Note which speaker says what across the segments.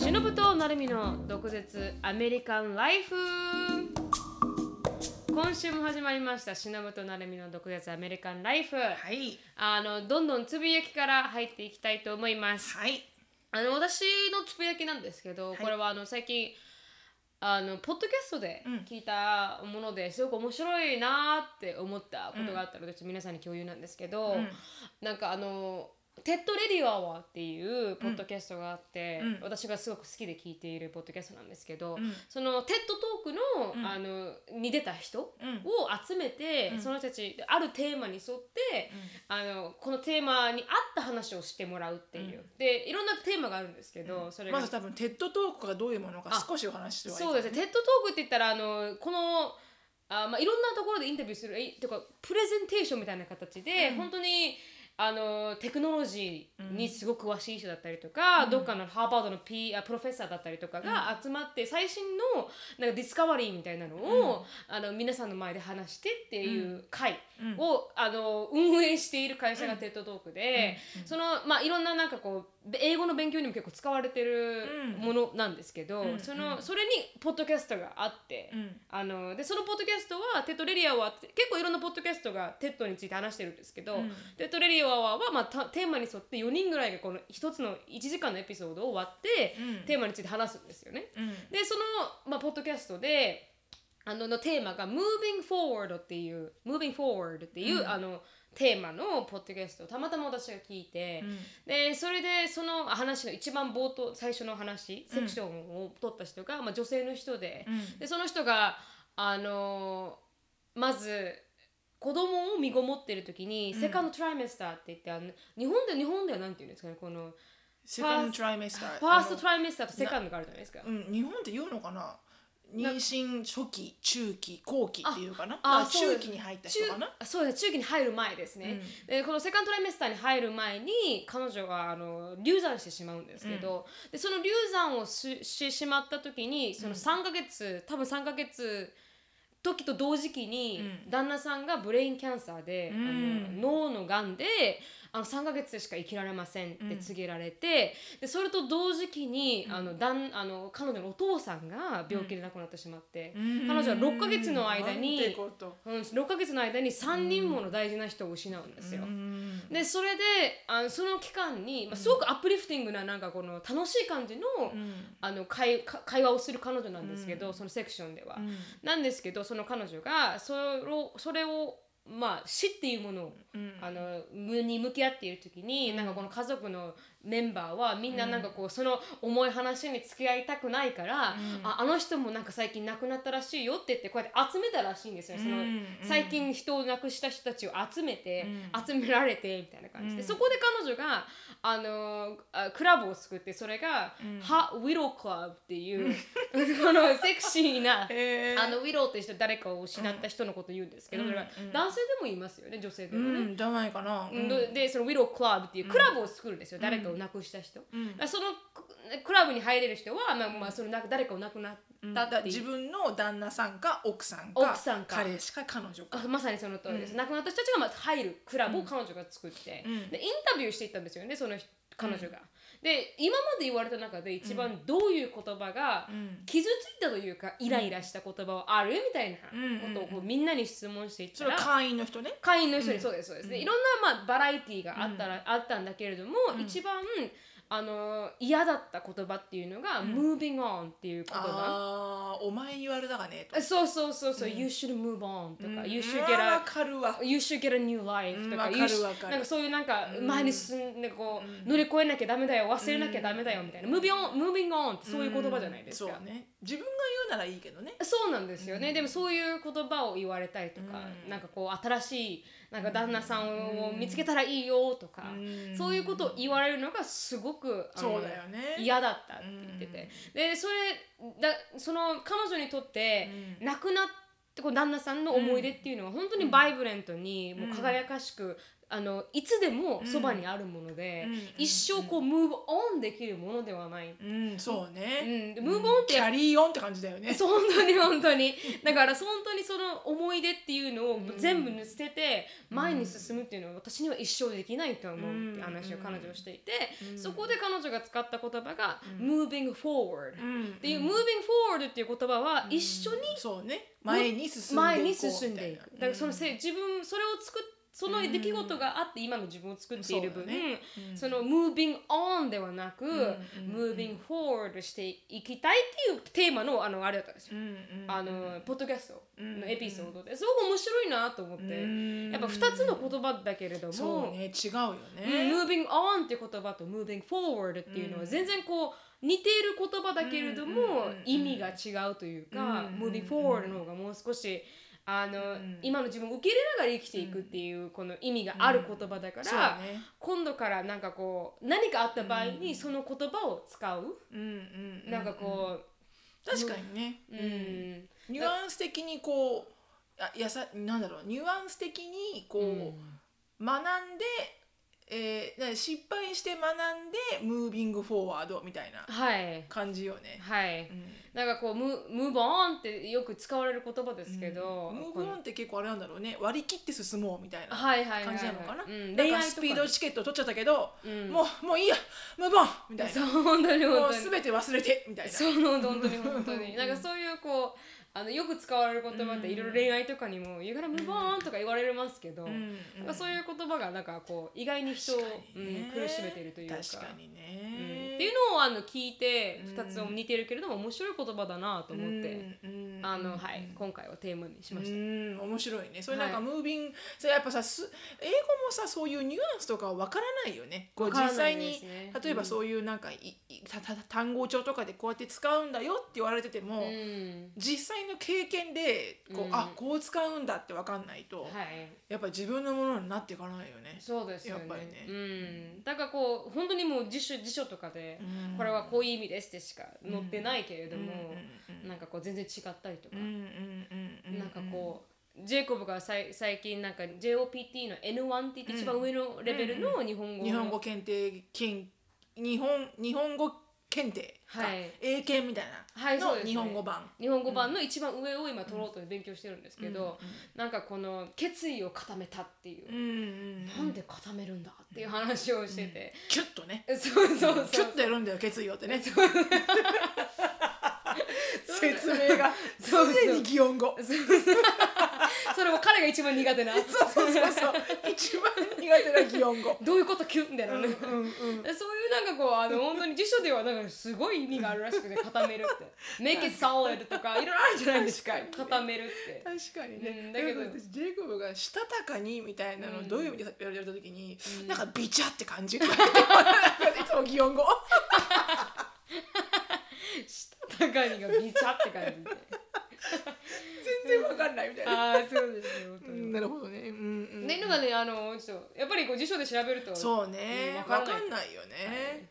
Speaker 1: 成美の独舌アメリカンライフ今週も始まりました忍と成美の独舌アメリカンライフ
Speaker 2: はい
Speaker 1: あのどんどんつぶやきから入っていきたいと思います
Speaker 2: はい
Speaker 1: あの私のつぶやきなんですけど、
Speaker 2: はい
Speaker 1: これはあの最近あのポッドキャストで
Speaker 2: うん
Speaker 1: 聞いたものですごく面白いなーって思ったことがあったので、ちょっと皆さんに共有なんですけど、
Speaker 2: うん
Speaker 1: なんかあの「テッド・レディオ・アワー」っていうポッドキャストがあって、
Speaker 2: うん
Speaker 1: 私がすごく好きで聞いているポッドキャストなんですけど、
Speaker 2: うん
Speaker 1: そのテッドトークの,、
Speaker 2: うん
Speaker 1: あのに出た人を
Speaker 2: うん
Speaker 1: 集めて、
Speaker 2: うん
Speaker 1: その人たちあるテーマに沿って、あのこのテーマに合った話をしてもらうっていう、
Speaker 2: うん
Speaker 1: でいろんなテーマがあるんですけど、それが
Speaker 2: まず多分テッドトークがどういうものか
Speaker 1: あ
Speaker 2: 少しお話ししてはいい
Speaker 1: そうですね。テッドトークって言ったらあのこのあまあいろんなところでインタビューするえとかプレゼンテーションみたいな形で、
Speaker 2: うん
Speaker 1: 本当にあのテクノロジーにすごく詳しい人だったりとか、
Speaker 2: うん
Speaker 1: どっかのハーバードの、P、あプロフェッサーだったりとかが集まって、最新のなんかディスカバリーみたいなのを、あの皆さんの前で話してっていう会
Speaker 2: うん
Speaker 1: を、あの運営している会社がテッドトークで、
Speaker 2: うんうん
Speaker 1: そのまあいろんななんかこうべ英語の勉強にも結構使われてる
Speaker 2: うん
Speaker 1: ものなんですけど、
Speaker 2: うん
Speaker 1: そうの
Speaker 2: ん
Speaker 1: それにポッドキャストがあって、
Speaker 2: うん
Speaker 1: あのでそのポッドキャストはテッドレリアは結構いろんなポッドキャストがテッドについて話してるんですけど、
Speaker 2: うん
Speaker 1: テッドレリアは、まあ、たテーマに沿って4人ぐらいがこの1つの1時間のエピソードを割って、
Speaker 2: うん
Speaker 1: テーマについて話すんですよね。
Speaker 2: うん
Speaker 1: でその、まあ、ポッドキャストであののテーマが「Moving Forward」っていう「Moving Forward」っていう、
Speaker 2: うん
Speaker 1: あのテーマのポッドキャストをたまたま私が聞いて、
Speaker 2: うん
Speaker 1: でそれでその話の一番冒頭最初の話
Speaker 2: うん
Speaker 1: セクションを取った人が、まあ、女性の人で,、
Speaker 2: うん
Speaker 1: でその人があのまず子供を身ごもってる時に、
Speaker 2: うん
Speaker 1: セカンドトライメスターって言ってあの日本で日本ではなんて言うんですかねこの
Speaker 2: セカンドトライメスター
Speaker 1: ファースト
Speaker 2: あの
Speaker 1: トライメスターとセカンドがあるじゃないですか。
Speaker 2: うん、日本って言うのかな妊娠初期中期後期っていうかな
Speaker 1: あ
Speaker 2: あ
Speaker 1: そう
Speaker 2: 中期に入った人かな
Speaker 1: 中そうですね中期に入る前ですね、でこのセカンドトライメスターに入る前に彼女はあの流産してしまうんですけど、でその流産をししてしまった時にその3ヶ月、多分3ヶ月時と同時期に
Speaker 2: うん
Speaker 1: 旦那さんがブレインキャンサーで、
Speaker 2: うん
Speaker 1: あの脳のがんであの3ヶ月しか生きられませんって告げられて、でそれと同時期に、
Speaker 2: うん
Speaker 1: あのだんあの彼女のお父さんが病気で亡くなってしまって、
Speaker 2: うん
Speaker 1: 彼女は6ヶ月の間に
Speaker 2: なんてこと
Speaker 1: うん、6ヶ月の間に3人もの大事な人を失うんですよ。
Speaker 2: うん
Speaker 1: でそれであのその期間に、まあ、すごくアップリフティングななんかこの楽しい感じの,、
Speaker 2: うん
Speaker 1: あの会か会話をする彼女なんですけど、
Speaker 2: うん
Speaker 1: そのセクションでは。
Speaker 2: うん
Speaker 1: なんですけどその彼女がそれをそれを、まあ、死っていうものを
Speaker 2: うん
Speaker 1: あのむに向き合っている時に、
Speaker 2: うん
Speaker 1: なんかこの家族のメンバーはみんななんかこう、その重い話に付き合いたくないから、
Speaker 2: うん
Speaker 1: ああの人もなんか最近亡くなったらしいよって言ってこうやって集めたらしいんですよ、その
Speaker 2: うん
Speaker 1: 最近人を亡くした人たちを集めて、
Speaker 2: うん
Speaker 1: 集められてみたいな感じで、
Speaker 2: うん
Speaker 1: そこで彼女があのあクラブを作ってそれが、
Speaker 2: うん
Speaker 1: ハウィロークラブっていうこのセクシーな。
Speaker 2: えー
Speaker 1: あのウィローって人誰かを失った人のこと言うんですけど、
Speaker 2: うん
Speaker 1: それが
Speaker 2: うん
Speaker 1: 男性でも言いますよね女性で
Speaker 2: う
Speaker 1: もね、
Speaker 2: んじゃないかな
Speaker 1: うんどでそのウィロークラブっていうクラブを作るんですよ、誰かを亡くした人、
Speaker 2: うん
Speaker 1: だからそのククラブに入れる人は、まあまあ、そのな誰かを亡くなっ
Speaker 2: うん
Speaker 1: た
Speaker 2: だから
Speaker 1: ってい
Speaker 2: 自
Speaker 1: う、
Speaker 2: 分の旦那さんか奥さんか
Speaker 1: 奥さんか
Speaker 2: 彼氏か彼女か
Speaker 1: あまさにその通りです、
Speaker 2: うん
Speaker 1: 亡くなった人たちがまず入るクラブを彼女が作って、
Speaker 2: うん
Speaker 1: でインタビューしていったんですよねその人彼女が、で今まで言われた中で一番どういう言葉が
Speaker 2: うん
Speaker 1: 傷ついたというか、イライラした言葉はあるみたいなことをこうみんなに質問していっ
Speaker 2: そ
Speaker 1: た
Speaker 2: れ
Speaker 1: ら、
Speaker 2: は会員の人ね
Speaker 1: 会員の人に、
Speaker 2: うん
Speaker 1: そうですそうです、で
Speaker 2: うん
Speaker 1: いろんな、まあ、バラエティーがあったら、あったんだけれども、
Speaker 2: うん
Speaker 1: 一番あの嫌だった言葉っていうのが「
Speaker 2: ん
Speaker 1: moving on」っていう言葉
Speaker 2: ああお前に言われたがねと
Speaker 1: そうそうそうそう「
Speaker 2: うん
Speaker 1: you should move on」とか「you
Speaker 2: う
Speaker 1: should
Speaker 2: ん
Speaker 1: get
Speaker 2: わ
Speaker 1: a
Speaker 2: かるわ
Speaker 1: You should get a new life
Speaker 2: うん
Speaker 1: とか,、
Speaker 2: わかる
Speaker 1: you should-
Speaker 2: わかる
Speaker 1: なんかそういうなんか
Speaker 2: うん
Speaker 1: 前に進んでこう、
Speaker 2: うん
Speaker 1: 乗り越えなきゃダメだよ忘れなきゃダメだよみたいな、moving on moving on ってそういう言葉じゃないですか、
Speaker 2: うんそうね自分が言うならいいけどね
Speaker 1: そうなんですよね、でもそういう言葉を言われたりとか、
Speaker 2: うん
Speaker 1: なんかこう新しいなんか旦那さんを見つけたらいいよとか、
Speaker 2: うん
Speaker 1: そういうことを言われるのがすごくあの
Speaker 2: そうだよね
Speaker 1: 嫌だったって言ってて、でそれだその彼女にとって、
Speaker 2: うん
Speaker 1: 亡くなってこう旦那さんの思い出っていうのは本当にバイブレントに、
Speaker 2: うん
Speaker 1: もう輝かしくあのいつでもそばにあるもので、
Speaker 2: うんうん
Speaker 1: 一生こうムーブオンできるものではない、
Speaker 2: うん、そう
Speaker 1: う
Speaker 2: ね、
Speaker 1: ん、でムーブオンって
Speaker 2: キャリーオンって感じだよね
Speaker 1: そう本当に本当にだから本当にその思い出っていうのを全部捨てて前に進むっていうのは私には一生できないと思うって話を彼女はしていてそこで彼女が使った言葉が「moving forward」
Speaker 2: っ
Speaker 1: っていう「moving forward」っていう言葉は一緒に
Speaker 2: そうね前に進んでいこう
Speaker 1: 前に進んでいくだからその
Speaker 2: い
Speaker 1: せ自分それを作っその出来事があって今の自分を作っている分、
Speaker 2: そうだねうん
Speaker 1: その moving on ではなく、
Speaker 2: ん
Speaker 1: moving forward していきたいっていうテーマのあのあれだったんですよ、あのポッドキャストのエピソードですごく面白いなと思って、やっぱ2つの言葉だけれど
Speaker 2: そう
Speaker 1: も、
Speaker 2: ね違うよ
Speaker 1: うん
Speaker 2: ね、
Speaker 1: moving on って言葉と moving forward っていうのは全然こう似ている言葉だけれども
Speaker 2: うんうん
Speaker 1: 意味が違うというか
Speaker 2: うん
Speaker 1: moving forward の方がもう少しあの
Speaker 2: ん
Speaker 1: 今の自分を受け入れながら生きていくっていうこの意味がある言葉だか
Speaker 2: そう
Speaker 1: ら
Speaker 2: ね
Speaker 1: 今度からなんかこう何かあった場合にその言葉を使う
Speaker 2: うんうん
Speaker 1: なんかこ
Speaker 2: う確かにね、
Speaker 1: ううん
Speaker 2: ニュアンス的にこうあやさなんだろうニュアンス的にこう、学んで、えー、な失敗して学んでムービングフォワードみたいな
Speaker 1: はい
Speaker 2: 感じよね。
Speaker 1: はい
Speaker 2: うん
Speaker 1: なんかこうムムーブオンってよく使われる言葉ですけど
Speaker 2: ムー
Speaker 1: こ
Speaker 2: ブ
Speaker 1: の
Speaker 2: オンって結構あれなんだろうね割り切って進もうみたいな
Speaker 1: はいはいはいはい
Speaker 2: 感じなのかな。
Speaker 1: うん
Speaker 2: だか
Speaker 1: 恋
Speaker 2: ら
Speaker 1: 愛
Speaker 2: ス
Speaker 1: と
Speaker 2: ピ
Speaker 1: か
Speaker 2: ードチケット取っちゃったけど、
Speaker 1: うん
Speaker 2: もうもういいやムーブオンみたい
Speaker 1: そ
Speaker 2: な。
Speaker 1: う本当に
Speaker 2: も
Speaker 1: 本
Speaker 2: う
Speaker 1: 当に
Speaker 2: すべて忘れてみたいな。
Speaker 1: そう本当に本当になんかそういうこうあのよく使われる言葉っていろいろ恋愛とかにも「You gotta move on」とか言われますけど、
Speaker 2: うん
Speaker 1: なんかそういう言葉がなんかこう意外に人を、うん、苦しめてるというか
Speaker 2: 確かに
Speaker 1: うん
Speaker 2: ね。
Speaker 1: っていうのをあの聞いて
Speaker 2: うん
Speaker 1: 2つも似てるけれども面白い言葉だなと思って、
Speaker 2: うんうん
Speaker 1: あのはい、今回はテーマにしまし
Speaker 2: う
Speaker 1: た。
Speaker 2: ん面白いねそれなんか
Speaker 1: はい
Speaker 2: ムービング、それやっぱさす英語もさそういうニュアンスとかわからないよねこう
Speaker 1: わから
Speaker 2: 実
Speaker 1: ない
Speaker 2: 際
Speaker 1: で
Speaker 2: に
Speaker 1: すね
Speaker 2: 例えばそういうなんかい、いたた単語帳とかでこうやって使うんだよって言われてても、
Speaker 1: うん
Speaker 2: 実際の経験でこう、
Speaker 1: うん
Speaker 2: あこう使うんだってわかんないと、
Speaker 1: はい
Speaker 2: やっぱ自分のものになっていかないよね。
Speaker 1: そうですよね
Speaker 2: やっぱりね
Speaker 1: うん、だからこう本当にもう辞書辞書とかで、
Speaker 2: うん
Speaker 1: これはこういう意味ですってしか載ってないけれども、
Speaker 2: うんうん
Speaker 1: なんかこう全然違ったりとか、
Speaker 2: うんうんうんうん
Speaker 1: なんかこう、ジェイコブがさい最近なんか JOPT の N1 って言って
Speaker 2: うん
Speaker 1: 一番上のレベルの日本語の、
Speaker 2: 日本語検定検日本日本語検定か、
Speaker 1: はい
Speaker 2: 英検みたい
Speaker 1: はい
Speaker 2: な
Speaker 1: そうで
Speaker 2: の
Speaker 1: すね
Speaker 2: 日本語版。
Speaker 1: 日本語版の一番上を今取ろうと勉強してるんですけど、なんかこの決意を固めたっていう、
Speaker 2: な
Speaker 1: なんで固めるんだっていう話をしてて、
Speaker 2: キュッとね
Speaker 1: そうそうそう
Speaker 2: キュッとやるんだよ決意をってね 説明が
Speaker 1: そうそう
Speaker 2: 常に擬音語そう
Speaker 1: それも彼が一番苦手な
Speaker 2: そうそうそう一番苦手な擬音語
Speaker 1: どういうことキュンみたいな
Speaker 2: うん
Speaker 1: ね、
Speaker 2: うんうん
Speaker 1: でそういうなんかこうあの本当に辞書ではなんかすごい意味があるらし くて固めるって「make it solid」とかいろいろあるじゃないですか
Speaker 2: 確かに
Speaker 1: 固めるって
Speaker 2: 確かに
Speaker 1: う
Speaker 2: ね
Speaker 1: ん
Speaker 2: だ
Speaker 1: だ
Speaker 2: け
Speaker 1: け
Speaker 2: ど
Speaker 1: ど
Speaker 2: 私ジェイコブが「したたかに」みたいな
Speaker 1: う
Speaker 2: の
Speaker 1: ん
Speaker 2: どういう意味で言われた時に
Speaker 1: うん
Speaker 2: なんか「ビチャ」って 感じいつも擬音語
Speaker 1: したたかにがビチャって感じで
Speaker 2: 全然わかんないみたいな
Speaker 1: ああそうですね本
Speaker 2: う
Speaker 1: 当
Speaker 2: ん
Speaker 1: に
Speaker 2: なるほどねうんうん
Speaker 1: ねのがねあのちょっとやっぱりこう辞書で調べると
Speaker 2: そう
Speaker 1: う
Speaker 2: ね
Speaker 1: ん
Speaker 2: わ
Speaker 1: わ
Speaker 2: か
Speaker 1: か
Speaker 2: ん
Speaker 1: ん
Speaker 2: ないよね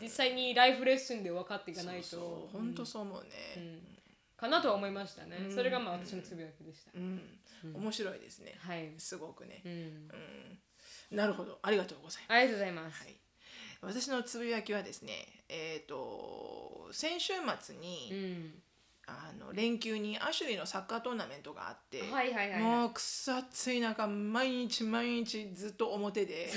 Speaker 2: うん
Speaker 1: 実際にライフレッスンで分かっていかないと
Speaker 2: そうそう本当そう思う
Speaker 1: う
Speaker 2: ね
Speaker 1: んかなとは思いましたね、
Speaker 2: うん
Speaker 1: それがまあ私のつぶやきでした、
Speaker 2: うん
Speaker 1: うん
Speaker 2: 面白いですね
Speaker 1: はい、
Speaker 2: すごくね
Speaker 1: うん、
Speaker 2: うんなるほどありがとうございま
Speaker 1: ありがとうございますす、
Speaker 2: はい私のつぶやきはですねえっと先週末
Speaker 1: う
Speaker 2: に
Speaker 1: ん、
Speaker 2: あの連休にアシュリーのサッカートーナメントがあって
Speaker 1: はいはいはいはい
Speaker 2: もうくさ暑い中毎日毎日ずっと表で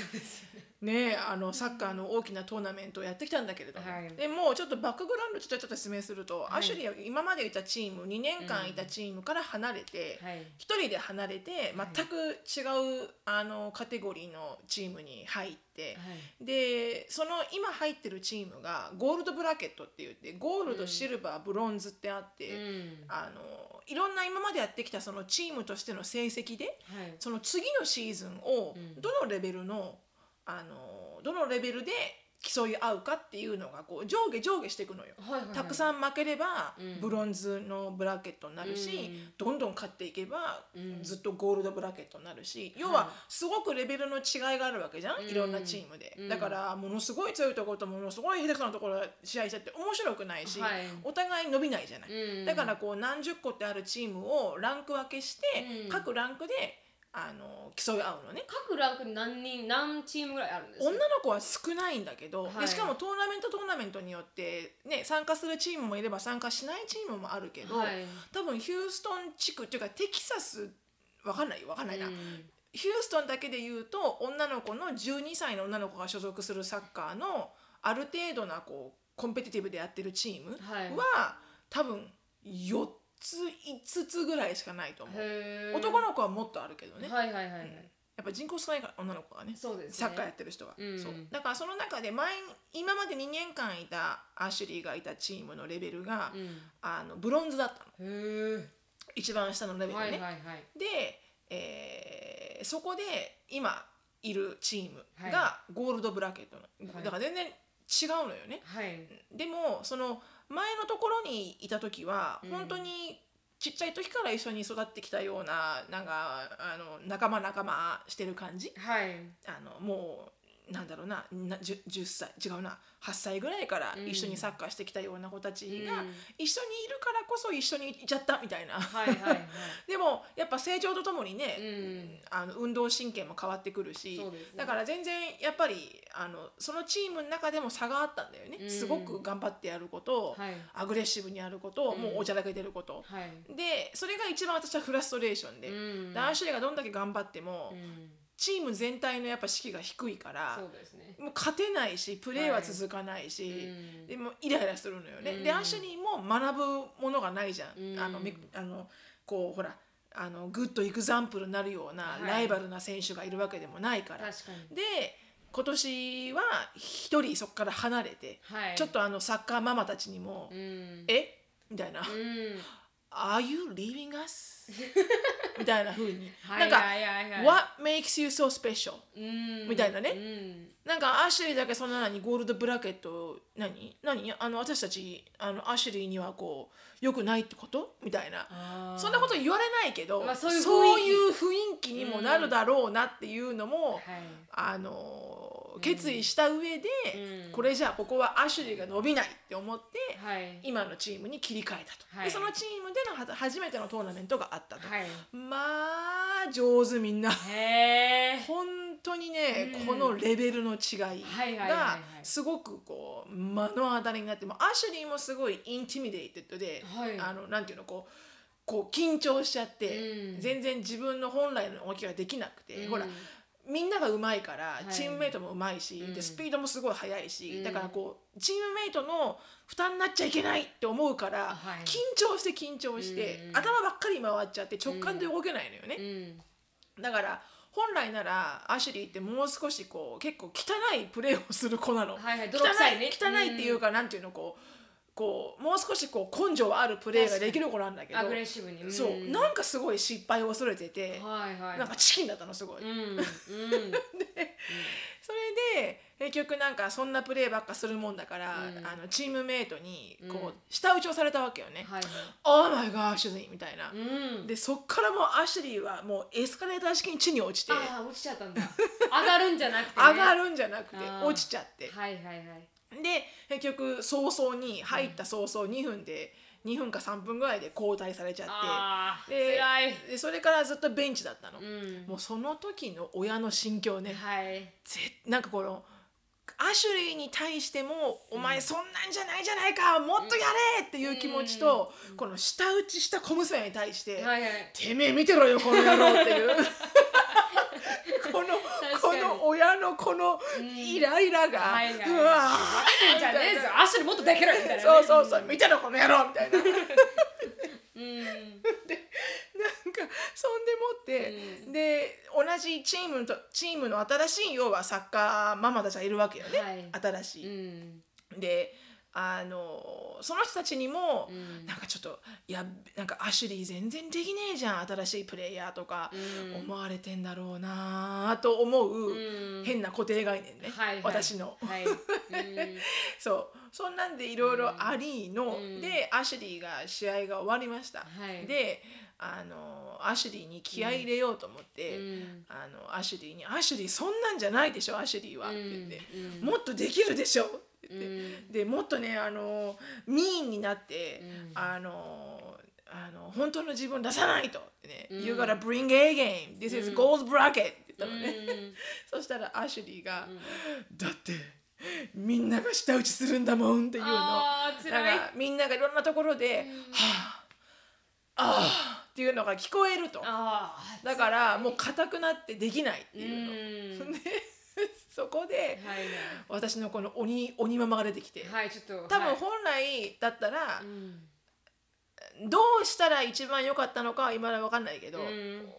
Speaker 2: ねあのサッカーの大きなトーナメントをやってきたんだけれども、
Speaker 1: はい
Speaker 2: でもうちょっとバックグラウンドちょっと説明すると、
Speaker 1: はい
Speaker 2: アシュリーは今までいたチーム2年間いたチームから離れて、
Speaker 1: はい
Speaker 2: 一1人で離れて全く違うあのカテゴリーのチームに入っ
Speaker 1: はい
Speaker 2: て。でその今入ってるチームがゴールドブラケットって言ってゴールド、
Speaker 1: うん
Speaker 2: シルバーブロンズってあって、
Speaker 1: うん
Speaker 2: あのいろんな今までやってきたそのチームとしての成績で
Speaker 1: はい
Speaker 2: その次のシーズンを
Speaker 1: うん
Speaker 2: どのレベルの,、あのどのレベルで競い合うかっていうのがこう上下上下していくのよ。
Speaker 1: はいはいはい、
Speaker 2: たく
Speaker 1: ん
Speaker 2: さん負ければ
Speaker 1: うん
Speaker 2: ブロンズのブラケットになるし、
Speaker 1: うん
Speaker 2: どんどん勝っていけば
Speaker 1: うん
Speaker 2: ずっとゴールドブラケットになるし、要
Speaker 1: は
Speaker 2: はいすごくレベルの違いがあるわけじゃん、
Speaker 1: うん
Speaker 2: いろんなチームで、
Speaker 1: うん
Speaker 2: だからものすごい強いところとものすごい下手くそなところが試合しちゃって面白くないし、
Speaker 1: はい
Speaker 2: お互い伸びないじゃない、
Speaker 1: うん
Speaker 2: だからこう何十個ってあるチームをランク分けして、
Speaker 1: うん
Speaker 2: 各ランクであの競い合うのね
Speaker 1: 各ランクに何人何チームぐらいあるんです
Speaker 2: 女
Speaker 1: か
Speaker 2: の子は少ないんだけど、
Speaker 1: はい
Speaker 2: でしかもトーナメントトーナメントによって、ね、参加するチームもいれば参加しないチームもあるけど、
Speaker 1: はい
Speaker 2: 多分ヒューストン地区っていうかテキサスわかんないよわかんないな、
Speaker 1: うん
Speaker 2: ヒューストンだけで言うと女の子の12歳の女の子が所属するサッカーのある程度なこうコンペティティブでやってるチーム
Speaker 1: はい
Speaker 2: は、多分4つ5つぐらいしかないと思う
Speaker 1: へー
Speaker 2: 男の子はもっとあるけどね、
Speaker 1: はいはいはいは
Speaker 2: うん
Speaker 1: い、
Speaker 2: やっぱ人口少ないから女の子がね
Speaker 1: そうですね
Speaker 2: サッカーやってる人は、
Speaker 1: うん
Speaker 2: そうだからその中で前今まで2年間いたアシュリーがいたチームのレベルが、
Speaker 1: うん
Speaker 2: あのブロンズだったの
Speaker 1: へ
Speaker 2: 一番下の
Speaker 1: え
Speaker 2: レベルね、
Speaker 1: はいはいはい
Speaker 2: で、えーそこで今いるチーム
Speaker 1: は
Speaker 2: がゴールドブラケットの、
Speaker 1: はい
Speaker 2: だから全然違うのよね、
Speaker 1: はい
Speaker 2: でもその前のところにいた時は
Speaker 1: うん
Speaker 2: 本当にちっちゃい時から一緒に育ってきたようななんかあの仲間仲間してる感じ
Speaker 1: はい
Speaker 2: あのもうなんだろうなな 10, 10歳違うな8歳ぐらいから一緒にサッカーしてきたような子たちが、
Speaker 1: うん
Speaker 2: 一緒にいるからこそ一緒にいちゃったみたいな。
Speaker 1: はいはいはい
Speaker 2: でもやっぱ成長とともにね、
Speaker 1: うん
Speaker 2: あの運動神経も変わってくる し、
Speaker 1: そうですね
Speaker 2: だから全然やっぱりあのそのチームの中でも差があったんだよね、
Speaker 1: うん
Speaker 2: すごく頑張ってやること、
Speaker 1: はい
Speaker 2: アグレッシブにやること、
Speaker 1: うん
Speaker 2: もうおちゃらけてること、
Speaker 1: はい
Speaker 2: でそれが一番私はフラストレーションで、
Speaker 1: うん
Speaker 2: 男子がどんだけ頑張っても、
Speaker 1: うん
Speaker 2: チーム全体のやっぱ士気が低いから
Speaker 1: そうですね
Speaker 2: もう勝てないしプレーは続かないし、
Speaker 1: うん
Speaker 2: でもうイライラするのよね。
Speaker 1: うん
Speaker 2: でアシュリーも学ぶものがないじゃん。
Speaker 1: うん
Speaker 2: あのめあのこうほらあのグッドエグザンプルになるような
Speaker 1: はい
Speaker 2: ライバルな選手がいるわけでもないから。
Speaker 1: 確かに
Speaker 2: で今年は一人そこから離れて、
Speaker 1: はい
Speaker 2: ちょっとあのサッカーママたちにも「
Speaker 1: うん
Speaker 2: えみたいな
Speaker 1: うん
Speaker 2: 「Are you leaving us? 」みたいな風に
Speaker 1: はい
Speaker 2: なんか
Speaker 1: はいはいはい
Speaker 2: What makes you so special?」
Speaker 1: うん
Speaker 2: みたいなね
Speaker 1: うん
Speaker 2: なんかアシュリーだけそんな何ゴールドブラケット何何あの私たちあのアシュリーにはこう良くないってことみたいな
Speaker 1: あー
Speaker 2: そんなこと言われないけど、
Speaker 1: まあそういう雰囲気
Speaker 2: いう雰囲気にもなるだろうなっていうのも、
Speaker 1: はい
Speaker 2: あのー決意した上で、
Speaker 1: うん
Speaker 2: これじゃあここはアシュリーが伸びないって思って、
Speaker 1: はい
Speaker 2: 今のチームに切り替えたと、
Speaker 1: はい
Speaker 2: でそのチームでのは初めてのトーナメントがあったと、
Speaker 1: はい
Speaker 2: まあ上手みんな。
Speaker 1: へえ
Speaker 2: 本当にね、
Speaker 1: うん
Speaker 2: このレベルの違い
Speaker 1: はいはいはいは
Speaker 2: が
Speaker 1: い
Speaker 2: すごくこう目の当たりになってもうアシュリーもすごいインティミデイテッドで、
Speaker 1: はい
Speaker 2: あのなんていうのこうこう緊張しちゃって、
Speaker 1: うん
Speaker 2: 全然自分の本来の動きができなくて、
Speaker 1: うん
Speaker 2: ほらみんながうまいから、
Speaker 1: い
Speaker 2: チームメイトもうまいし、
Speaker 1: うん
Speaker 2: でスピードもすごい速いし、
Speaker 1: うん
Speaker 2: だからこうチームメイトの負担になっちゃいけないって思うから、
Speaker 1: はい
Speaker 2: 緊張して緊張して、
Speaker 1: うん
Speaker 2: 頭ばっかり回っちゃって直感で動けないのよね。
Speaker 1: うん
Speaker 2: だから本来ならアシュリーってもう少しこう結構汚いプレーをする子なの、
Speaker 1: はいはい
Speaker 2: 汚
Speaker 1: 泥臭いね
Speaker 2: 汚いっていうか、なんていうのこうこうもう少しこう根性あるプレーができる子なんだけど
Speaker 1: アグレッシブにん
Speaker 2: そうなんかすごい失敗を恐れてて、
Speaker 1: はいはい
Speaker 2: なんかチキンだったのすごい、
Speaker 1: うんうん
Speaker 2: それで結局なんかそんなプレーばっかするもんだから、
Speaker 1: うん
Speaker 2: あのチームメイトにこう、
Speaker 1: うん
Speaker 2: 舌打ちをされたわけよね
Speaker 1: はいはい
Speaker 2: 「Oh my gosh!」みたいな、
Speaker 1: うん
Speaker 2: でそっからもうアシュリーはもうエスカレーター式に地に落ちて
Speaker 1: ああ落ちちゃったんだ上がるんじゃなくてね
Speaker 2: 上がるんじゃなくて
Speaker 1: あー
Speaker 2: 落ちちゃって
Speaker 1: はいはいはい
Speaker 2: で結局早々に入った早々2分で2分か3分ぐらいで交代されちゃ
Speaker 1: ああ
Speaker 2: ってで
Speaker 1: 辛い
Speaker 2: でそれからずっとベンチだったの、
Speaker 1: うん
Speaker 2: もうその時の親の心境ね
Speaker 1: はい
Speaker 2: ぜなんかこのアシュリーに対しても「お前そんなんじゃないじゃないかもっとやれ!」っていう気持ちと、この舌打ちした小娘に対して「
Speaker 1: はいはい
Speaker 2: てめえ見てろよこの野郎っ ていうこの
Speaker 1: 確
Speaker 2: こ
Speaker 1: かに
Speaker 2: の親のこのイライラが、
Speaker 1: はいはいう
Speaker 2: わ
Speaker 1: じゃねえぞ足にもっとできろよみたいな
Speaker 2: ー
Speaker 1: ね
Speaker 2: そうそうそう見てろこの野郎みたいななんか
Speaker 1: うん
Speaker 2: そんでもって、で同じチームとチームの新しい要はサッカーママたちがいるわけよね、
Speaker 1: はい
Speaker 2: 新し
Speaker 1: う
Speaker 2: い。
Speaker 1: ん
Speaker 2: であのその人たちにも、
Speaker 1: うん
Speaker 2: なんかちょっといやなんかアシュリー全然できねえじゃん新しいプレイヤーとか、
Speaker 1: うん
Speaker 2: 思われてんだろうなあと思う、
Speaker 1: うん
Speaker 2: 変な固定概念ね、
Speaker 1: はいはい
Speaker 2: 私の。
Speaker 1: はい うん
Speaker 2: そうそんなんでいろいろありの、
Speaker 1: うん
Speaker 2: でアシュリーが試合が終わりました、
Speaker 1: はい
Speaker 2: であのアシュリーに気合い入れようと思って、
Speaker 1: うん
Speaker 2: あのアシュリーに「アシュリーそんなんじゃないでしょアシュリーは」って言って、
Speaker 1: うん
Speaker 2: もっとできるでしょ」って言って、
Speaker 1: うん
Speaker 2: でもっとねあのミーンになって、
Speaker 1: うん
Speaker 2: あのあの本当の自分出さないとってね、
Speaker 1: うん
Speaker 2: You gotta bring A game This is
Speaker 1: うん
Speaker 2: goals bracket って言ったのね、
Speaker 1: うん
Speaker 2: そしたらアシュリーが、だってみんなが舌打ちするんだもんっていうの
Speaker 1: あー辛い
Speaker 2: なんかみんながいろんなところで、はあああっていうのが聞こえると
Speaker 1: ああ
Speaker 2: だからもう硬くなってできないって
Speaker 1: う
Speaker 2: いうの、
Speaker 1: ん
Speaker 2: でそこで
Speaker 1: はいね
Speaker 2: 私のこの鬼鬼ママが出てきて、
Speaker 1: はいちょっと
Speaker 2: 多
Speaker 1: は
Speaker 2: 分
Speaker 1: い
Speaker 2: 本来だったら
Speaker 1: う、ん
Speaker 2: どうしたら一番良かったのかは今は分かんないけど、
Speaker 1: うん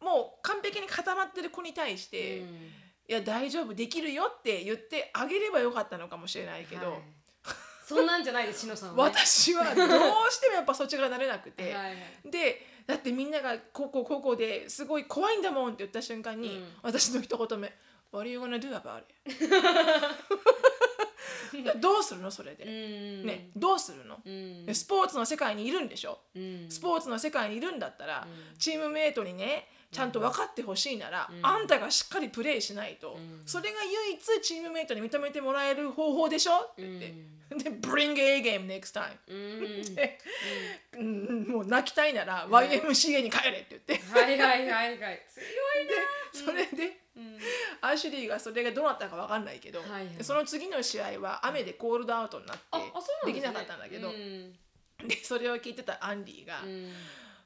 Speaker 2: もう完璧に固まってる子に対して、
Speaker 1: う
Speaker 2: い
Speaker 1: ん
Speaker 2: や大丈夫できるよって言ってあげればよかったのかもしれないけど、
Speaker 1: はいそんなんじゃないですしのさんはね
Speaker 2: 私はどうしてもやっぱそっちがなれなくて、
Speaker 1: はいはい
Speaker 2: でだってみんながこうこうこうこうですごい怖いんだもんって言った瞬間に、
Speaker 1: うん
Speaker 2: 私の一言目「What are you gonna do about it? 」どうするのそれ
Speaker 1: う
Speaker 2: で、
Speaker 1: ん
Speaker 2: ねどうするの、
Speaker 1: うん
Speaker 2: スポーツの世界にいるんでしょ
Speaker 1: うん
Speaker 2: スポーツの世界にいるんだったら、
Speaker 1: うん
Speaker 2: チームメイトにねちゃんと分かってほしいなら、
Speaker 1: うん
Speaker 2: あんたがしっかりプレーしないと、
Speaker 1: うん
Speaker 2: それが唯一チームメイトに認めてもらえる方法でしょって言って、で「Bring A game next time」
Speaker 1: うん
Speaker 2: で、うんもう泣きたいなら YMCA に帰れって言って、
Speaker 1: はいはいはい はい強い
Speaker 2: でそれで、
Speaker 1: ん
Speaker 2: アシュリーがそれがどうなったか分かんないけど、
Speaker 1: はいはい
Speaker 2: その次の試合は雨でコールドアウトになって
Speaker 1: ああそうなん
Speaker 2: でき
Speaker 1: すね
Speaker 2: なかったんだけど
Speaker 1: う
Speaker 2: で,、
Speaker 1: ん
Speaker 2: それを聞いてたアンディが、
Speaker 1: うん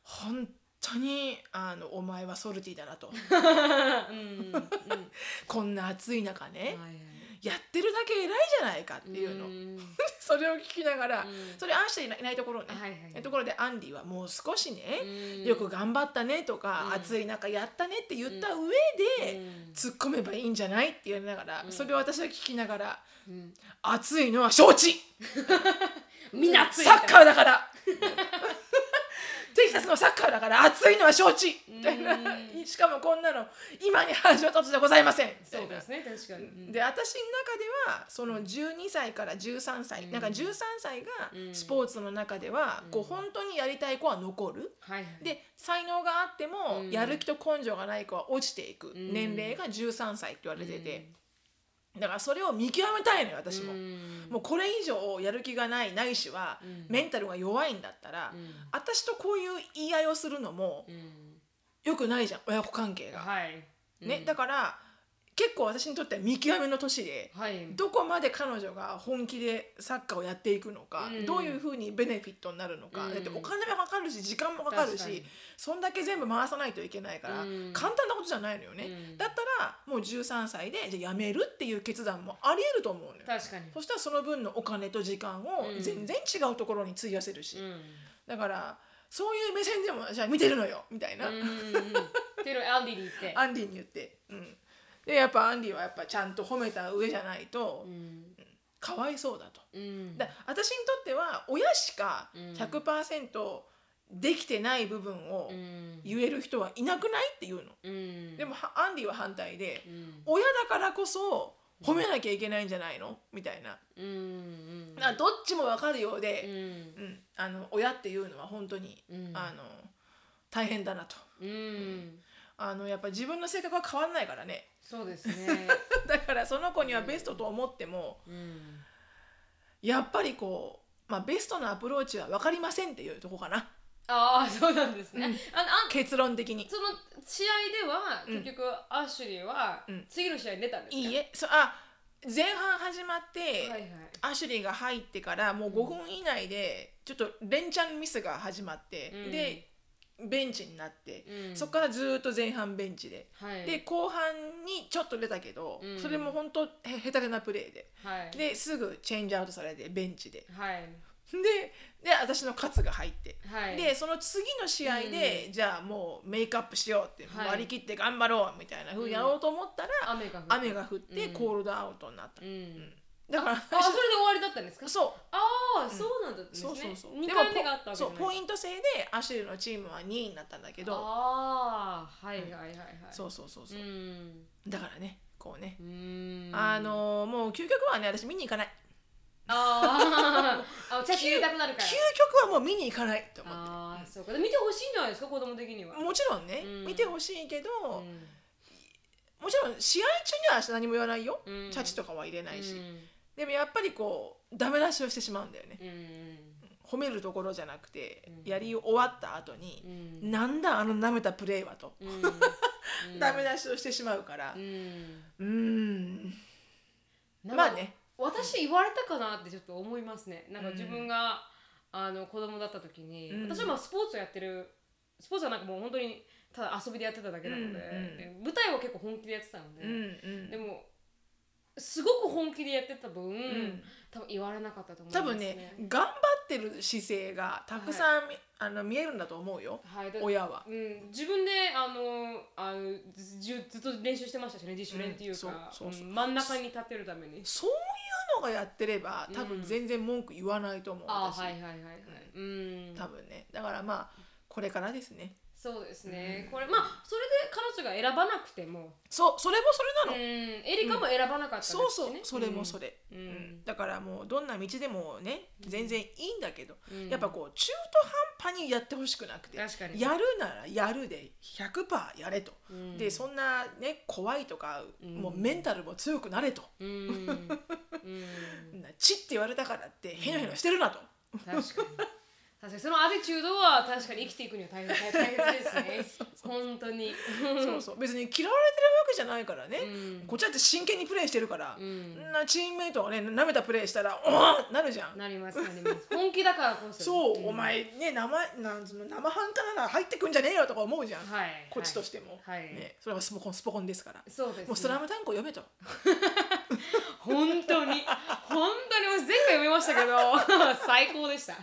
Speaker 2: 本当にあのお前はソルティ だなと
Speaker 1: うん うん
Speaker 2: こんな暑い中ね、
Speaker 1: はいはい
Speaker 2: やってるだけ偉いじゃないかっていうの、
Speaker 1: ん
Speaker 2: それを聞きながら、
Speaker 1: うん
Speaker 2: それアンシュリーいないところね、
Speaker 1: はいはい
Speaker 2: えところでアンディはもう少しね、
Speaker 1: うん
Speaker 2: よく頑張ったねとか、
Speaker 1: うん
Speaker 2: 暑い中やったねって言った上で、
Speaker 1: うん
Speaker 2: 突っ込めばいいんじゃないって言いながら、
Speaker 1: うん
Speaker 2: それを私は聞きながら
Speaker 1: うん
Speaker 2: 「暑いのは承知
Speaker 1: みんな熱い
Speaker 2: サッカーだから! 」 テキサスのサッカーだから暑いのは承知みたいな
Speaker 1: うん
Speaker 2: しかもこんなの今に始まったことじゃございませんみた
Speaker 1: そう
Speaker 2: いな
Speaker 1: ですね確かにうん
Speaker 2: で私の中ではその12歳から13歳、
Speaker 1: うん
Speaker 2: なんか13歳が
Speaker 1: うん
Speaker 2: スポーツの中では、
Speaker 1: うん
Speaker 2: こう本当にやりたい子は残る、
Speaker 1: はいはい
Speaker 2: で才能があっても、
Speaker 1: うん
Speaker 2: やる気と根性がない子は落ちていく、
Speaker 1: ん
Speaker 2: 年齢が13歳って言われてて、だからそれを見極めたいのよ私も、
Speaker 1: うん
Speaker 2: もうこれ以上やる気がないないしは、
Speaker 1: うん
Speaker 2: メンタルが弱いんだったら、
Speaker 1: うん
Speaker 2: 私とこういう言い合いをするのも
Speaker 1: うん
Speaker 2: 良くないじゃん親子関係が、
Speaker 1: はい
Speaker 2: ねだから結構私にとっては見極めの年で、
Speaker 1: はい
Speaker 2: どこまで彼女が本気でサッカーをやっていくのか、
Speaker 1: うん
Speaker 2: どういうふうにベネフィットになるのか、
Speaker 1: うん
Speaker 2: だってお金もかかるし時間もかかる
Speaker 1: 確か
Speaker 2: し
Speaker 1: に
Speaker 2: そんだけ全部回さないといけないから、
Speaker 1: うん
Speaker 2: 簡単なことじゃないのよね、
Speaker 1: うん
Speaker 2: だったらもう13歳でじゃあ辞めるっていう決断もありえると思うのよ
Speaker 1: 確かに
Speaker 2: そしたらその分のお金と時間を
Speaker 1: うん
Speaker 2: 全然違うところに費やせるし、
Speaker 1: うん
Speaker 2: だからそういう目線でもじゃあ見てるのよみたいな、
Speaker 1: うんうんうんっていうのをアンディに言って
Speaker 2: アンディに言って、うん、でやっぱアンディはやっぱちゃんと褒めた上じゃないと、
Speaker 1: うん
Speaker 2: かわいそうだと。
Speaker 1: うん
Speaker 2: だ私にとっては親しか100%できてない部分を
Speaker 1: うん
Speaker 2: 言える人はいなくないっていうの、
Speaker 1: うん
Speaker 2: でもはアンディは反対で、
Speaker 1: うん
Speaker 2: 親だからこそ褒めなきゃいけないんじゃないのみたいな
Speaker 1: うんうん
Speaker 2: だからどっちも分かるよう
Speaker 1: う
Speaker 2: で、
Speaker 1: ん
Speaker 2: うんあの親っていうのは本当に、
Speaker 1: うん
Speaker 2: あの大変だなと
Speaker 1: うん
Speaker 2: あのやっぱ自分の性格は変わんないからね
Speaker 1: そうですね
Speaker 2: だからその子にはベストと思っても、
Speaker 1: うん
Speaker 2: やっぱりこう、まあ、ベストなアプローチは分かりませんっていうとこかな
Speaker 1: ああそうなんですねあのあん
Speaker 2: 結論的に。
Speaker 1: その試合では
Speaker 2: うん
Speaker 1: 結局アッシュリーは
Speaker 2: うん
Speaker 1: 次の試合に出たんですか
Speaker 2: いいえそあ前半始まって、
Speaker 1: はいはい
Speaker 2: アシュリーが入ってからもう5分以内でちょっと連チャンミスが始まって、
Speaker 1: うん
Speaker 2: でベンチになって、
Speaker 1: うん
Speaker 2: そこからずっと前半ベンチで、
Speaker 1: はい
Speaker 2: で後半にちょっと出たけど、
Speaker 1: うん
Speaker 2: それも本当へ下手れなプレーで
Speaker 1: はい
Speaker 2: ですぐチェンジアウトされてベンチで
Speaker 1: はい
Speaker 2: でで私の勝が入って。
Speaker 1: はい
Speaker 2: でその次の試合で、じゃあもうメイクアップしようって、
Speaker 1: はい
Speaker 2: 割り切って頑張ろうみたいな風にやろうと思ったら、
Speaker 1: 雨が降った
Speaker 2: 雨が降って
Speaker 1: うん
Speaker 2: コールドアウトになった
Speaker 1: う、ん
Speaker 2: だから
Speaker 1: あそれで終わりだったんですか
Speaker 2: そ
Speaker 1: ああそうなんだったん
Speaker 2: う
Speaker 1: ですね
Speaker 2: そうそうそう
Speaker 1: 二
Speaker 2: でも
Speaker 1: 回目があったわけじ
Speaker 2: そ
Speaker 1: ゃ
Speaker 2: う
Speaker 1: ない
Speaker 2: ポイント制でアシュリーのチームは2位になったんだけど
Speaker 1: ああはいはいはいはい
Speaker 2: そうそうそうそうう、
Speaker 1: ん
Speaker 2: だからねこうね
Speaker 1: う、ーん
Speaker 2: あのーもう究極はね私見に行かない
Speaker 1: あーあ チャッチ入れたくなるか
Speaker 2: 究
Speaker 1: ら
Speaker 2: 極はもう見に行かないと思って
Speaker 1: ああそうかで見てほしいんじゃないですか子供的には
Speaker 2: もちろんね、
Speaker 1: うん
Speaker 2: 見てほしいけど、
Speaker 1: うん
Speaker 2: もちろん試合中には私何も言わないよ、
Speaker 1: うん
Speaker 2: チャチとかは入れないし、
Speaker 1: うん
Speaker 2: でもやっぱりこうダメ出しをしてしまうんだよね、
Speaker 1: うん
Speaker 2: 褒めるところじゃなくて、
Speaker 1: うん
Speaker 2: やり終わった後に、
Speaker 1: うん
Speaker 2: なんだあの舐めたプレーはと、
Speaker 1: うん
Speaker 2: ダメ出しをしてしまうから
Speaker 1: う、ん
Speaker 2: うーん、
Speaker 1: なんか
Speaker 2: まあね、
Speaker 1: 私言われたかなってちょっと思いますねなんか
Speaker 2: うん
Speaker 1: 自分が、あの子供だった時に、
Speaker 2: うん
Speaker 1: 私はまあスポーツをやってるスポーツはなんかもう本当にただ遊びでやってただけなので,
Speaker 2: うんうん
Speaker 1: で、舞台は結構本気でやってたの
Speaker 2: うんう
Speaker 1: で、
Speaker 2: ん
Speaker 1: でもすごく本気でやってた分、
Speaker 2: うん
Speaker 1: 多分言われなかったと思いま
Speaker 2: 多
Speaker 1: す、ね、
Speaker 2: 分ね頑張ってる姿勢がたくさん、あの見えるんだと思うよ
Speaker 1: はい、だ
Speaker 2: 親は。
Speaker 1: うん、自分であのあのずずずっと練習してましたしね自主練っていうか、
Speaker 2: うんそうそうそう
Speaker 1: うん真ん中に立てるために
Speaker 2: そういうのがやってれば多
Speaker 1: う
Speaker 2: 分
Speaker 1: ん
Speaker 2: 全然文句言わないと思う、
Speaker 1: ああ
Speaker 2: 私
Speaker 1: はいはいはいはいうん
Speaker 2: 多分ねだからまあこれからですね
Speaker 1: そうですね、これまあそれで彼女が選ばなくても、
Speaker 2: そうそれもそれ
Speaker 1: う
Speaker 2: なの、
Speaker 1: ん、エリカも選ばなかったですし、ね
Speaker 2: そうそうそれもそれ、
Speaker 1: うん
Speaker 2: うんだからもうどんな道でもね全然いいんだけど、
Speaker 1: うん、うん
Speaker 2: やっぱこう中途半端にやってほしくなくて、
Speaker 1: 確かに
Speaker 2: やるならやるで100%やれと、
Speaker 1: うん
Speaker 2: でそんなね怖いとか、
Speaker 1: うん
Speaker 2: もうメンタルも強くなれと、
Speaker 1: うん、うん、
Speaker 2: なチって言われたからってヘノヘノしてるなと、
Speaker 1: 確かに確かにそのアティチュードは確かに生きていくには大変大大変で すね本当に、
Speaker 2: そうそう別に嫌われてるわけじゃないからね、
Speaker 1: うん
Speaker 2: こっちだって真剣にプレーしてるから、
Speaker 1: うん
Speaker 2: んなチームメイトがね舐めたプレーしたらおおなるじゃん
Speaker 1: なりますなります本気だからこそ
Speaker 2: そう、
Speaker 1: ん
Speaker 2: お前ね生なんその生半可なら入ってくんじゃねえよとか思うじゃん、
Speaker 1: はい
Speaker 2: こっちとしても、
Speaker 1: はい
Speaker 2: ね、それはスポコンスポコンですから
Speaker 1: そうです、ね、
Speaker 2: もう「スラムダンクを読 めと
Speaker 1: 本当に本当に私前回読みましたけど 最高でしたも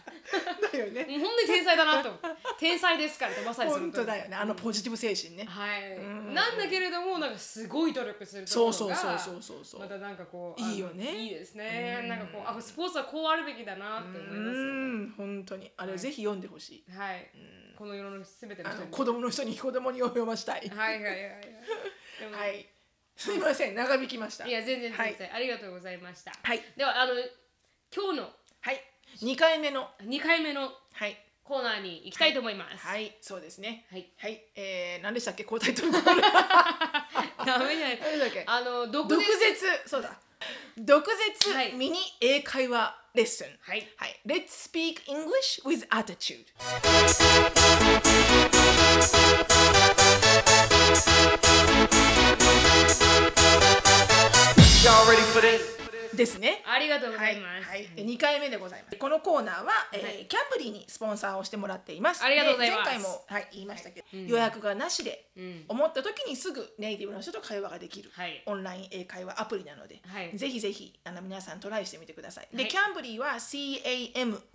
Speaker 2: だよね
Speaker 1: う本当に天才だなと思って天才ですからってまさにその
Speaker 2: 本
Speaker 1: 通り
Speaker 2: 当だよねあのポジティブ精神ね、
Speaker 1: はい、
Speaker 2: うん
Speaker 1: なんだけれどもなんかすごい努力するとこ
Speaker 2: そ
Speaker 1: ろ
Speaker 2: う
Speaker 1: が
Speaker 2: そうそうそうそうそう、
Speaker 1: またなんかこう
Speaker 2: いいよね
Speaker 1: あのいいですね、
Speaker 2: うん
Speaker 1: なんかこうあスポーツはこうあるべきだなって思いますよね
Speaker 2: うん本当にあれ、
Speaker 1: はい
Speaker 2: ぜひ読んでほしい
Speaker 1: はい、この世の全ての
Speaker 2: あ
Speaker 1: 人
Speaker 2: の
Speaker 1: に
Speaker 2: 子供の人に子供に読ましたい
Speaker 1: はいはいはいはいでも
Speaker 2: はい。すいません、長引きました。
Speaker 1: いや全然全然、
Speaker 2: はい
Speaker 1: ありがとうございました、
Speaker 2: はい。
Speaker 1: ではあの今日の
Speaker 2: はい。二回目の。
Speaker 1: 2回目の
Speaker 2: はい。
Speaker 1: コーナーに行きたいと思います。。
Speaker 2: はいい、そうですね。
Speaker 1: はい。
Speaker 2: はい、えー、何でしたっけ、こうタイトルコール。何
Speaker 1: ダメじゃない。
Speaker 2: でしたっけ。
Speaker 1: あの毒
Speaker 2: 毒
Speaker 1: 舌。
Speaker 2: 舌、そうだ。毒
Speaker 1: は
Speaker 2: 舌
Speaker 1: い
Speaker 2: ミニ英会話レッスン。
Speaker 1: はい。
Speaker 2: はい。Let's speak English with attitude。
Speaker 3: Y'all ready for this?
Speaker 2: ですね。
Speaker 1: ありがとうご
Speaker 2: は
Speaker 1: ざ
Speaker 2: い
Speaker 1: います。
Speaker 2: はい、2回目でございます。このコーナーは、えーキャンブリーにスポンサーをしてもらっています。
Speaker 1: ありがとうございます
Speaker 2: で前回も、はい、言いましたけど、予約がなしで、
Speaker 1: うん。
Speaker 2: 思った時にすぐネイティブの人と会話ができる、
Speaker 1: はい
Speaker 2: オンライン英会話アプリなので、
Speaker 1: はい
Speaker 2: ぜひぜひあの皆さんトライしてみてください。で、
Speaker 1: はい
Speaker 2: キャンブリーは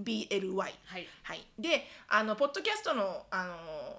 Speaker 2: CAMBLY。
Speaker 1: はい。
Speaker 2: はい、であのポッドキャストのあ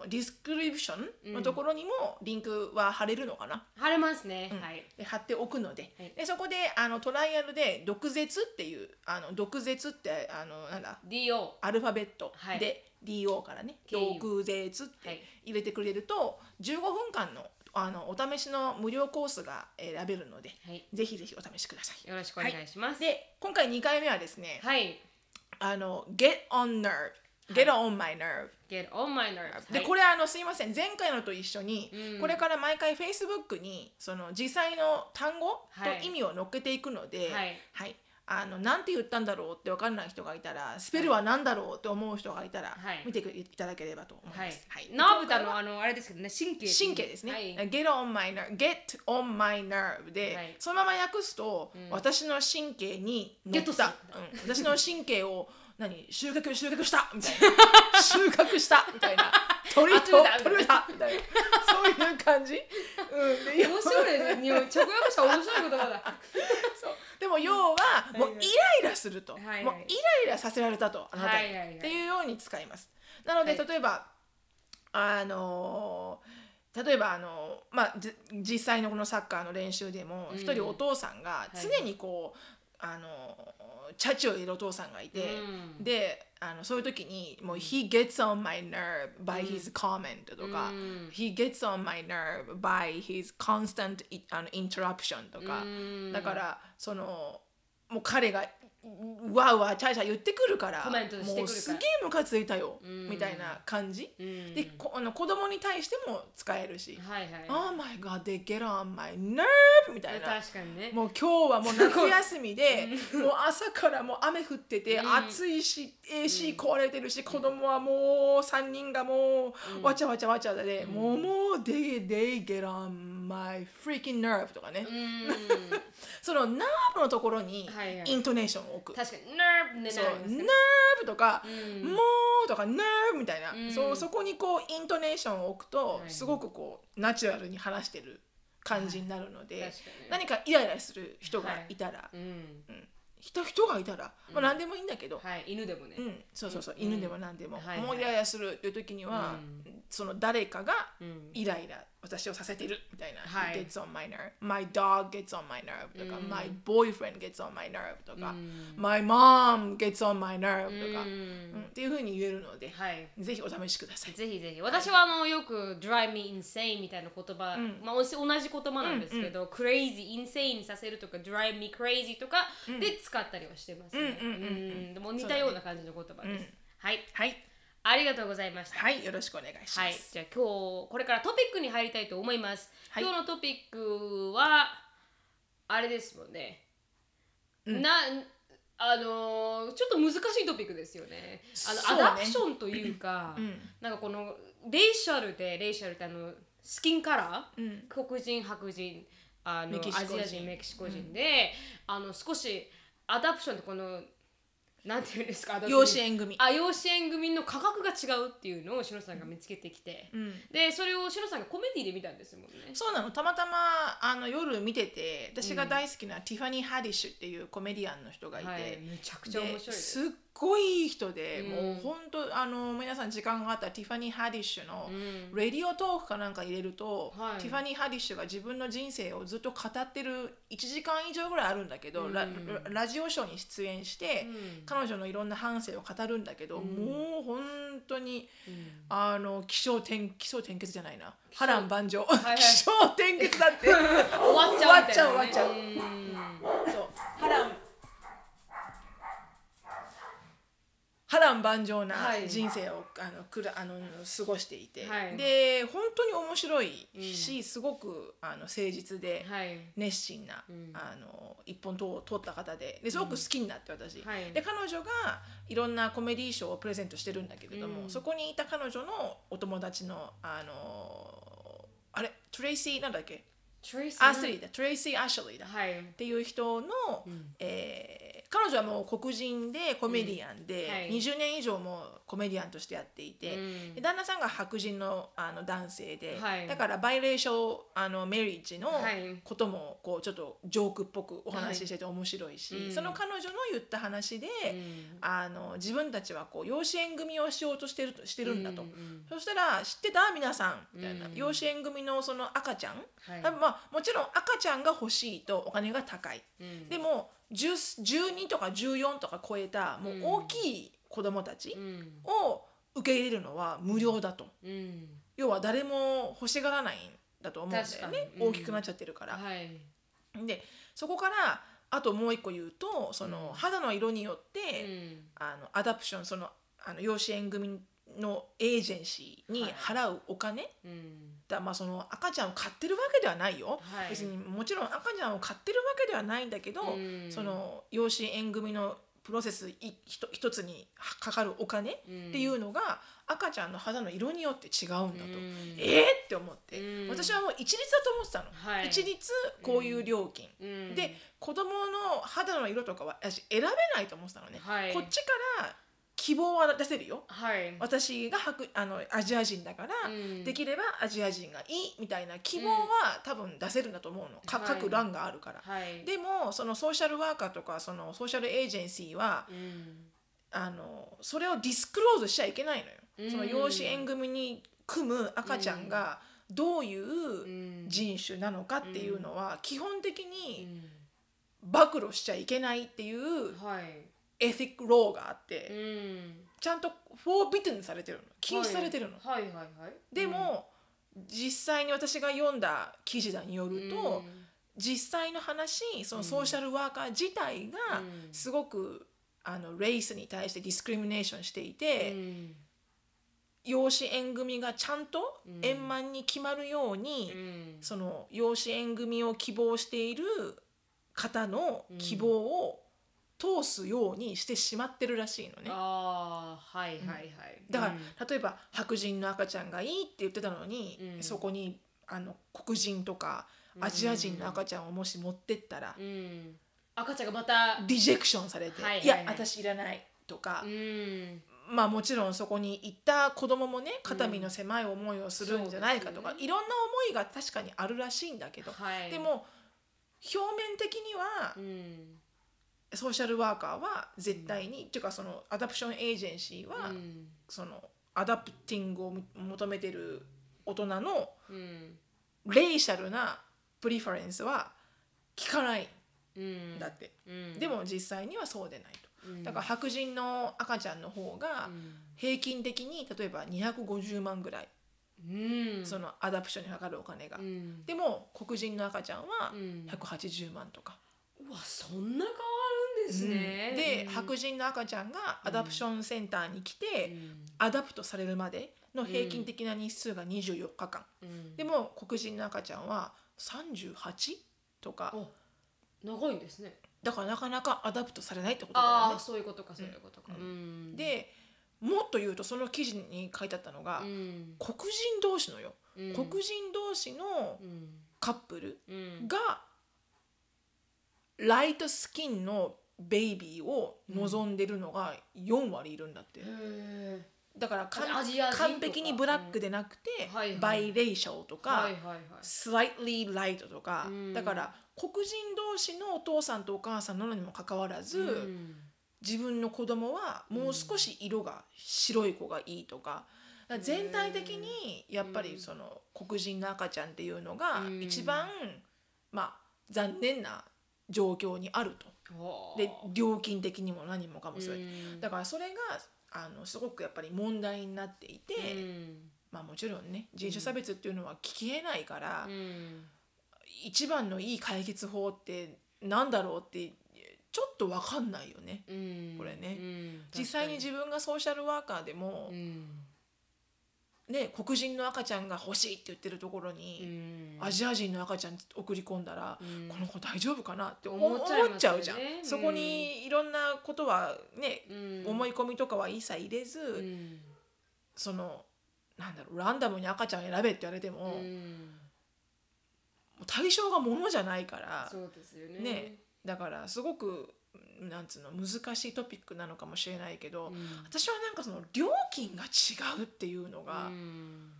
Speaker 2: のディスクリプションのところにもリンクは貼れるのかな、
Speaker 1: 晴れますね。はい。
Speaker 2: で貼っておくので,、
Speaker 1: はい
Speaker 2: でそこであのトライアルで「毒舌」っていうあの毒舌ってあのなんだ
Speaker 1: D O。
Speaker 2: アルファベット
Speaker 1: はい
Speaker 2: で DO からね「
Speaker 1: KU
Speaker 2: 毒舌」っ
Speaker 1: はい
Speaker 2: て入れてくれると15分間のあのお試しの無料コースが選べるので
Speaker 1: はい。
Speaker 2: ぜひぜひお試しください。
Speaker 1: よろしくお願いします。
Speaker 2: で今回2回目はですね
Speaker 1: はい。
Speaker 2: 「あの Get on nerve」「Get on my nerve」
Speaker 1: Get on my nerves。
Speaker 2: でこ
Speaker 1: れ。
Speaker 2: れあのすいません前回のと一緒に、
Speaker 1: うん
Speaker 2: これから毎回 Facebook にその実際の単語
Speaker 1: はい
Speaker 2: と意味を載っけていくので、
Speaker 1: はい
Speaker 2: あのなんて言ったんだろうって分かんない人がいたらスペルは何だろうって思う人がいたら、
Speaker 1: はい
Speaker 2: 見ていただければと思います。
Speaker 1: はい
Speaker 2: はい。
Speaker 1: ナブタのあのあれですけどね神経。
Speaker 2: 神経ですね、
Speaker 1: はい
Speaker 2: get on my nerve get on my nerve で、
Speaker 1: はい
Speaker 2: そのまま訳すと、私の神経に乗っ
Speaker 1: ゲットする
Speaker 2: た、うん、私の神 経を何収穫収穫したみたいな収穫したみた いな取り
Speaker 1: 集め
Speaker 2: 取
Speaker 1: た
Speaker 2: り取れたみたいなそういう感じ、うん、で
Speaker 1: 面白いですね。日本直訳したら面白い言葉だ。
Speaker 2: そうでも要はもうイライラすると、
Speaker 1: はいはい
Speaker 2: もうイライラさせられたとあなた
Speaker 1: は
Speaker 2: に、
Speaker 1: いはいはい
Speaker 2: っていうように使いますなので、
Speaker 1: はい
Speaker 2: 例えばあのー例えばあのーまあじ実際のこのサッカーの練習でも
Speaker 1: うん
Speaker 2: 一、人お父さんが
Speaker 1: い
Speaker 2: 常にこう、あのーチャチを入れるお父さんがいて、
Speaker 1: うん
Speaker 2: であのそういう時にもう「he gets on my nerve by his comment」とか、
Speaker 1: うん
Speaker 2: he gets on my nerve by his constant i- あの interruption とか、
Speaker 1: うん
Speaker 2: だからそのもう彼がわうわチャイチャイ言ってくるから
Speaker 1: コメントしてくるから
Speaker 2: もうすげえムカついたよ、
Speaker 1: うん
Speaker 2: みたいな感じ、
Speaker 1: うん
Speaker 2: でこあの子供に対しても使えるし
Speaker 1: はいはい
Speaker 2: 「Oh my god they get on my nerve」みたいな
Speaker 1: 確かにね
Speaker 2: もう今日はもう夏休みでもう朝からもう雨降ってて、
Speaker 1: うん
Speaker 2: 暑いし AC 壊れてるし、子供はもう3人がもうわちゃわちゃわちゃで、
Speaker 1: うん
Speaker 2: もうもう「they, they get on my freaking nerve」とかね、
Speaker 1: うん
Speaker 2: その「nerve」のところに
Speaker 1: はいはい
Speaker 2: イントネーションを置く。
Speaker 1: 確かに nerve ね
Speaker 2: そう
Speaker 1: なりますね
Speaker 2: nerve とか、
Speaker 1: うん
Speaker 2: もうとか nerve みたいな、
Speaker 1: うん
Speaker 2: そうそこにこうイントネーションを置くと、
Speaker 1: はい
Speaker 2: すごくこうナチュラルに話してる感じになるので、
Speaker 1: はい確かにね
Speaker 2: 何かイライラする人がいたら、
Speaker 1: うん
Speaker 2: 人人がいたら、まあ、何でもいいんだけど、
Speaker 1: はい犬でもね
Speaker 2: うん、そうそうそう、
Speaker 1: うん
Speaker 2: 犬でも何でも、
Speaker 1: はいはい
Speaker 2: もうイライラするっていう時には、
Speaker 1: う
Speaker 2: その誰かが
Speaker 1: うん
Speaker 2: イライラ私をさせてるみたいな、
Speaker 1: はい
Speaker 2: It gets on my nerve my dog gets on my nerve とか、
Speaker 1: うん
Speaker 2: my boyfriend gets on my nerve とか、
Speaker 1: うん
Speaker 2: my mom gets on my nerve とか、
Speaker 1: う
Speaker 2: うん
Speaker 1: ん
Speaker 2: っていうふうに言えるので、
Speaker 1: はい
Speaker 2: ぜひお試しください。
Speaker 1: ぜひぜひ私はあのよく「drive me insane」みたいな言葉、
Speaker 2: ん
Speaker 1: まあ、おし同じ言葉なんですけど「crazy」「insane」させるとか「drive me crazy」とかで使ったりはしてますね、
Speaker 2: うんうんうん
Speaker 1: うんでも似たような感じの言葉です、はい
Speaker 2: はい、
Speaker 1: ありがとうございました
Speaker 2: はい、よろしくお願いします。
Speaker 1: はいじゃあ今日これからトピックに入りたいと思います、
Speaker 2: はい
Speaker 1: 今日のトピックはあれですもんね、なあのーちょっと難しいトピックですよねあ
Speaker 2: そ
Speaker 1: の
Speaker 2: うね
Speaker 1: アダプションというか、なんかこのレイシャルでレイシャルってあのスキンカラー、
Speaker 2: うん
Speaker 1: 黒人白人あの
Speaker 2: メキシコ
Speaker 1: ア
Speaker 2: 人
Speaker 1: ジア人メキシコ人で、あの少しアダプションってこのなんていうんですかアダプション
Speaker 2: 養子縁組。
Speaker 1: あ養子縁組の価格が違うっていうのをしのさんが見つけてきて、
Speaker 2: うん
Speaker 1: でそれをしのさんがコメディで見たんですもんね。
Speaker 2: そうなのたまたまあの夜見てて私が大好きなティファニー・ハディッシュっていうコメディアンの人がいて、
Speaker 1: はい、めちゃくちゃ面白い
Speaker 2: で
Speaker 1: です。
Speaker 2: すっごいいい人で、
Speaker 1: うん
Speaker 2: もう本当あの皆さん時間があったらティファニー・ハディッシュの「レディオトーク」かなんか入れると、
Speaker 1: はい
Speaker 2: ティファニー・ハディッシュが自分の人生をずっと語ってる1時間以上ぐらいあるんだけど、ラ
Speaker 1: うん
Speaker 2: ララジオショーに出演して、
Speaker 1: うん
Speaker 2: 彼女のいろんな反省を語るんだけど、
Speaker 1: うん
Speaker 2: もう本当に
Speaker 1: うん
Speaker 2: あの起承転起承転結じゃないな波乱万丈、
Speaker 1: いはい
Speaker 2: 起承転結だって
Speaker 1: 終わっちゃうみたいな、ね。
Speaker 2: 終わっちゃう
Speaker 1: 終わっ
Speaker 2: そう波乱波乱万丈な
Speaker 1: はい
Speaker 2: 人生を、あのくらあの過ごしていて、
Speaker 1: はい
Speaker 2: で本当に面白いし、すごくあの誠実で
Speaker 1: ちゃう。はい。
Speaker 2: 熱心な、
Speaker 1: うん
Speaker 2: あの一本刀を取った方でですごく好きになって私、
Speaker 1: はい
Speaker 2: で彼女がいろんなコメディー賞をプレゼントしてるんだけれども、
Speaker 1: うん
Speaker 2: そこにいた彼女のお友達のあのあれトレイシーなんだっけ
Speaker 1: トレイシー
Speaker 2: アシュリーだトレイシー・アシュリーだ
Speaker 1: はい。
Speaker 2: っていう人の、
Speaker 1: うん
Speaker 2: えー彼女はもう黒人でコメディアンで、
Speaker 1: うんはい
Speaker 2: 20年以上もコメディアンとしてやっていて、
Speaker 1: うん
Speaker 2: で旦那さんが白人のあの男性で、
Speaker 1: はい
Speaker 2: だからバイレーションあのメリッジの
Speaker 1: はい
Speaker 2: こともこうちょっとジョークっぽくお話ししてて面白いし、
Speaker 1: はいうん
Speaker 2: その彼女の言った話で、
Speaker 1: うん
Speaker 2: あの自分たちはこう養子縁組をしようとしてるしてるんだと。
Speaker 1: うんうん
Speaker 2: そしたら知ってた皆さんみたいな、
Speaker 1: うん
Speaker 2: 養子縁組のその赤ちゃん、
Speaker 1: はい
Speaker 2: 多分まあもちろん赤ちゃんが欲しいとお金が高い、
Speaker 1: うん
Speaker 2: でも10 12とか14とか超えたもう大きい子供たち
Speaker 1: うん
Speaker 2: を受け入れるのは無料だと
Speaker 1: うん
Speaker 2: 要は誰も欲しがらないんだと思うんだよ
Speaker 1: 確
Speaker 2: ね
Speaker 1: か、にうん
Speaker 2: 大きくなっちゃってるから。
Speaker 1: はい
Speaker 2: でそこからあともう一個言うとその、
Speaker 1: うん
Speaker 2: 肌の色によって、
Speaker 1: うん
Speaker 2: あのアダプションそのあの養子縁組のエージェンシーに払うお金、
Speaker 1: うん
Speaker 2: だまあその赤ちゃんを買ってるわけではないよ、
Speaker 1: はい
Speaker 2: 別にもちろん赤ちゃんを買ってるわけではないんだけど、
Speaker 1: うん
Speaker 2: その養子縁組のプロセスいひと一つにかかるお金っ
Speaker 1: うん
Speaker 2: ていうのが赤ちゃんの肌の色によって違うんだと、
Speaker 1: うん
Speaker 2: えーって思って、
Speaker 1: うん
Speaker 2: 私はもう一律だと思ってたの、
Speaker 1: はい
Speaker 2: 一律こういう料金、
Speaker 1: うん
Speaker 2: で子供の肌の色とかは私選べないと思ってたのね、
Speaker 1: はい
Speaker 2: こっちから希望は出せるよ
Speaker 1: はい
Speaker 2: 私が白あのアジア人だから、
Speaker 1: うん
Speaker 2: できればアジア人がいいみたいな希望は多分出せるんだと思うの、か
Speaker 1: はい
Speaker 2: 各欄があるから。
Speaker 1: はい
Speaker 2: でもそのソーシャルワーカーとかそのソーシャルエージェンシーは
Speaker 1: うん
Speaker 2: あのそれをディスクローズしちゃいけないの
Speaker 1: う
Speaker 2: よ。
Speaker 1: ん
Speaker 2: その養子縁組に組む赤ちゃんがどういううん人種なのかっていうのは基本的
Speaker 1: う
Speaker 2: に
Speaker 1: ん
Speaker 2: 暴露しちゃいけないっていう
Speaker 1: はい
Speaker 2: エフィックローがあっ
Speaker 1: う
Speaker 2: て
Speaker 1: ん
Speaker 2: ちゃんとフォービテンされてるの禁止されてるの。
Speaker 1: はいはいはいはい
Speaker 2: でも、実際に私が読んだ記事だによると、
Speaker 1: うん
Speaker 2: 実際の話そのソーシャルワーカー自体が
Speaker 1: うん
Speaker 2: すごくあのレイスに対してディスクリミネーションしていて、
Speaker 1: うん
Speaker 2: 養子縁組がちゃんと
Speaker 1: うん
Speaker 2: 円満に決まるように、
Speaker 1: うん
Speaker 2: その養子縁組を希望している方の
Speaker 1: うん
Speaker 2: 希望を通すようにしてしまってるらしいのね。
Speaker 1: ああはいはいはい、
Speaker 2: だから、
Speaker 1: うん
Speaker 2: 例えば白人の赤ちゃんがいいって言ってたのに、
Speaker 1: うん
Speaker 2: そこにあの黒人とかアジア人の赤ちゃんをもし持ってったら、
Speaker 1: うん、赤ちゃんがまた、
Speaker 2: ディジェクションされて「
Speaker 1: はい
Speaker 2: い
Speaker 1: はいはい
Speaker 2: や私いらない」とか
Speaker 1: う、ん、
Speaker 2: まあもちろんそこに行った子供もね肩身の狭い思いをするんじゃないかとか、
Speaker 1: そうですよね
Speaker 2: いろんな思いが確かにあるらしいんだけど、
Speaker 1: はい、
Speaker 2: で、も表面的には
Speaker 1: うん、
Speaker 2: ソーシャルワーカーは絶対に、っていうかそのアダプションエージェンシーは、
Speaker 1: うん
Speaker 2: そのアダプティングを求めてる大人の
Speaker 1: うん
Speaker 2: レイシャルなプリファレンスは聞かない
Speaker 1: うん
Speaker 2: んだって、
Speaker 1: うん、
Speaker 2: でも実際にはそうでないと、
Speaker 1: うん、
Speaker 2: だから白人の赤ちゃんの方が
Speaker 1: うん
Speaker 2: 平均的に例えば250万ぐらい、
Speaker 1: うん、
Speaker 2: そのアダプションにかかるお金が、
Speaker 1: うん、
Speaker 2: でも黒人の赤ちゃんは
Speaker 1: うん、
Speaker 2: 180万とか、
Speaker 1: うわそんな変わるんですね、
Speaker 2: で、
Speaker 1: うん、
Speaker 2: 白人の赤ちゃんがアダプションセンターに来て、
Speaker 1: うん
Speaker 2: アダプトされるまでの平均的な日数が24日間、
Speaker 1: うん、
Speaker 2: でも黒人の赤ちゃんは38とか
Speaker 1: お長いんですね
Speaker 2: だからなかなかアダプトされないってことだ
Speaker 1: あ
Speaker 2: よ
Speaker 1: あ
Speaker 2: ね。
Speaker 1: そういうことかそういうことか、
Speaker 2: うん
Speaker 1: うん、、
Speaker 2: でもっと言うとその記事に書いてあったのが、
Speaker 1: うん、
Speaker 2: 黒人同士のよ、
Speaker 1: うん
Speaker 2: 黒人同士の
Speaker 1: うん
Speaker 2: カップル
Speaker 1: うん
Speaker 2: がライトスキンのベイビーを望んでるのが4割いるんだって、
Speaker 1: へー
Speaker 2: だからかん
Speaker 1: アジア人とか
Speaker 2: 完璧にブラックでなくて、
Speaker 1: うんはいはい
Speaker 2: バイレーシャルとか、
Speaker 1: はいはいはい、
Speaker 2: slightly light とか、
Speaker 1: うん
Speaker 2: だから黒人同士のお父さんとお母さんなのにもかかわらず、
Speaker 1: うん
Speaker 2: 自分の子供はもう少し色が白い子がいいとかだから全体的にやっぱりその黒人の赤ちゃんっていうのが
Speaker 1: うん
Speaker 2: 一番、まあ、残念な状況にあると。
Speaker 1: はあ
Speaker 2: で料金的にも何もかもそれ、
Speaker 1: うん
Speaker 2: だからそれがあのすごくやっぱり問題になっていて、
Speaker 1: うん
Speaker 2: まあもちろんね人種差別っていうのは聞きえないから、
Speaker 1: うん
Speaker 2: 一番のいい解決法ってなんだろうってちょっとわかんないよね
Speaker 1: うん
Speaker 2: これね
Speaker 1: うん
Speaker 2: 実際に
Speaker 1: 確
Speaker 2: 自分がソーシャルワーカーでも
Speaker 1: か、にうん
Speaker 2: ね、黒人の赤ちゃんが欲しいって言ってるところに、
Speaker 1: うん
Speaker 2: アジア人の赤ちゃん送り込んだら、
Speaker 1: うん
Speaker 2: この子大丈夫かなって思
Speaker 1: 思っちゃいますよね
Speaker 2: 思っちゃうじゃん、
Speaker 1: うん
Speaker 2: そこにいろんなことはね、
Speaker 1: うん
Speaker 2: 思い込みとかは一切入れず、
Speaker 1: うん
Speaker 2: そのなんだろうランダムに赤ちゃんを選べって言われても,、
Speaker 1: う
Speaker 2: も
Speaker 1: ん
Speaker 2: う対象がものじゃないから。
Speaker 1: そうですよね
Speaker 2: ねだからすごくなんつうの難しいトピックなのかもしれないけど、
Speaker 1: うん
Speaker 2: 私はなんかその料金が違うっていうのが
Speaker 1: うん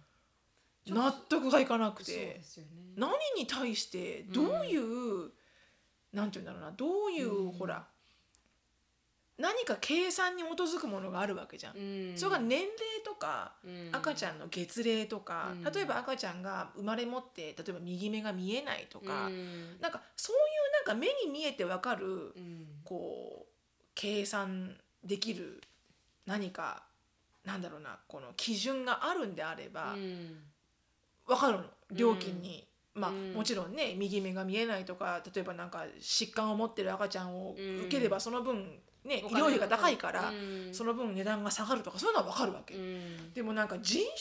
Speaker 2: 納得がいかなく
Speaker 1: そうで
Speaker 2: て、
Speaker 1: すよね
Speaker 2: 何に対してどういう、なんて言うんだろうなどういう、
Speaker 1: うん
Speaker 2: ほら何か計算に基づくものがあるわけじゃん。
Speaker 1: うん
Speaker 2: それが年齢とか
Speaker 1: うん
Speaker 2: 赤ちゃんの月齢とか、
Speaker 1: うん
Speaker 2: 例えば赤ちゃんが生まれ持って例えば右目が見えないとか、
Speaker 1: うん
Speaker 2: なんかそういうなんか目に見えてわかる、
Speaker 1: うん
Speaker 2: こう計算できる何かなんだろうなこの基準があるんであれば、
Speaker 1: うん
Speaker 2: 分かるの
Speaker 1: ん
Speaker 2: 料金に。まあ、
Speaker 1: うん
Speaker 2: もちろんね右目が見えないとか例えばなんか疾患を持ってる赤ちゃんを
Speaker 1: うん
Speaker 2: 受ければその分、ね
Speaker 1: お
Speaker 2: 医
Speaker 1: 金
Speaker 2: 療費が高いから、
Speaker 1: うん
Speaker 2: その分値段が下がるとかそういうのは分かるわけ、
Speaker 1: うん
Speaker 2: でもなんか人種によ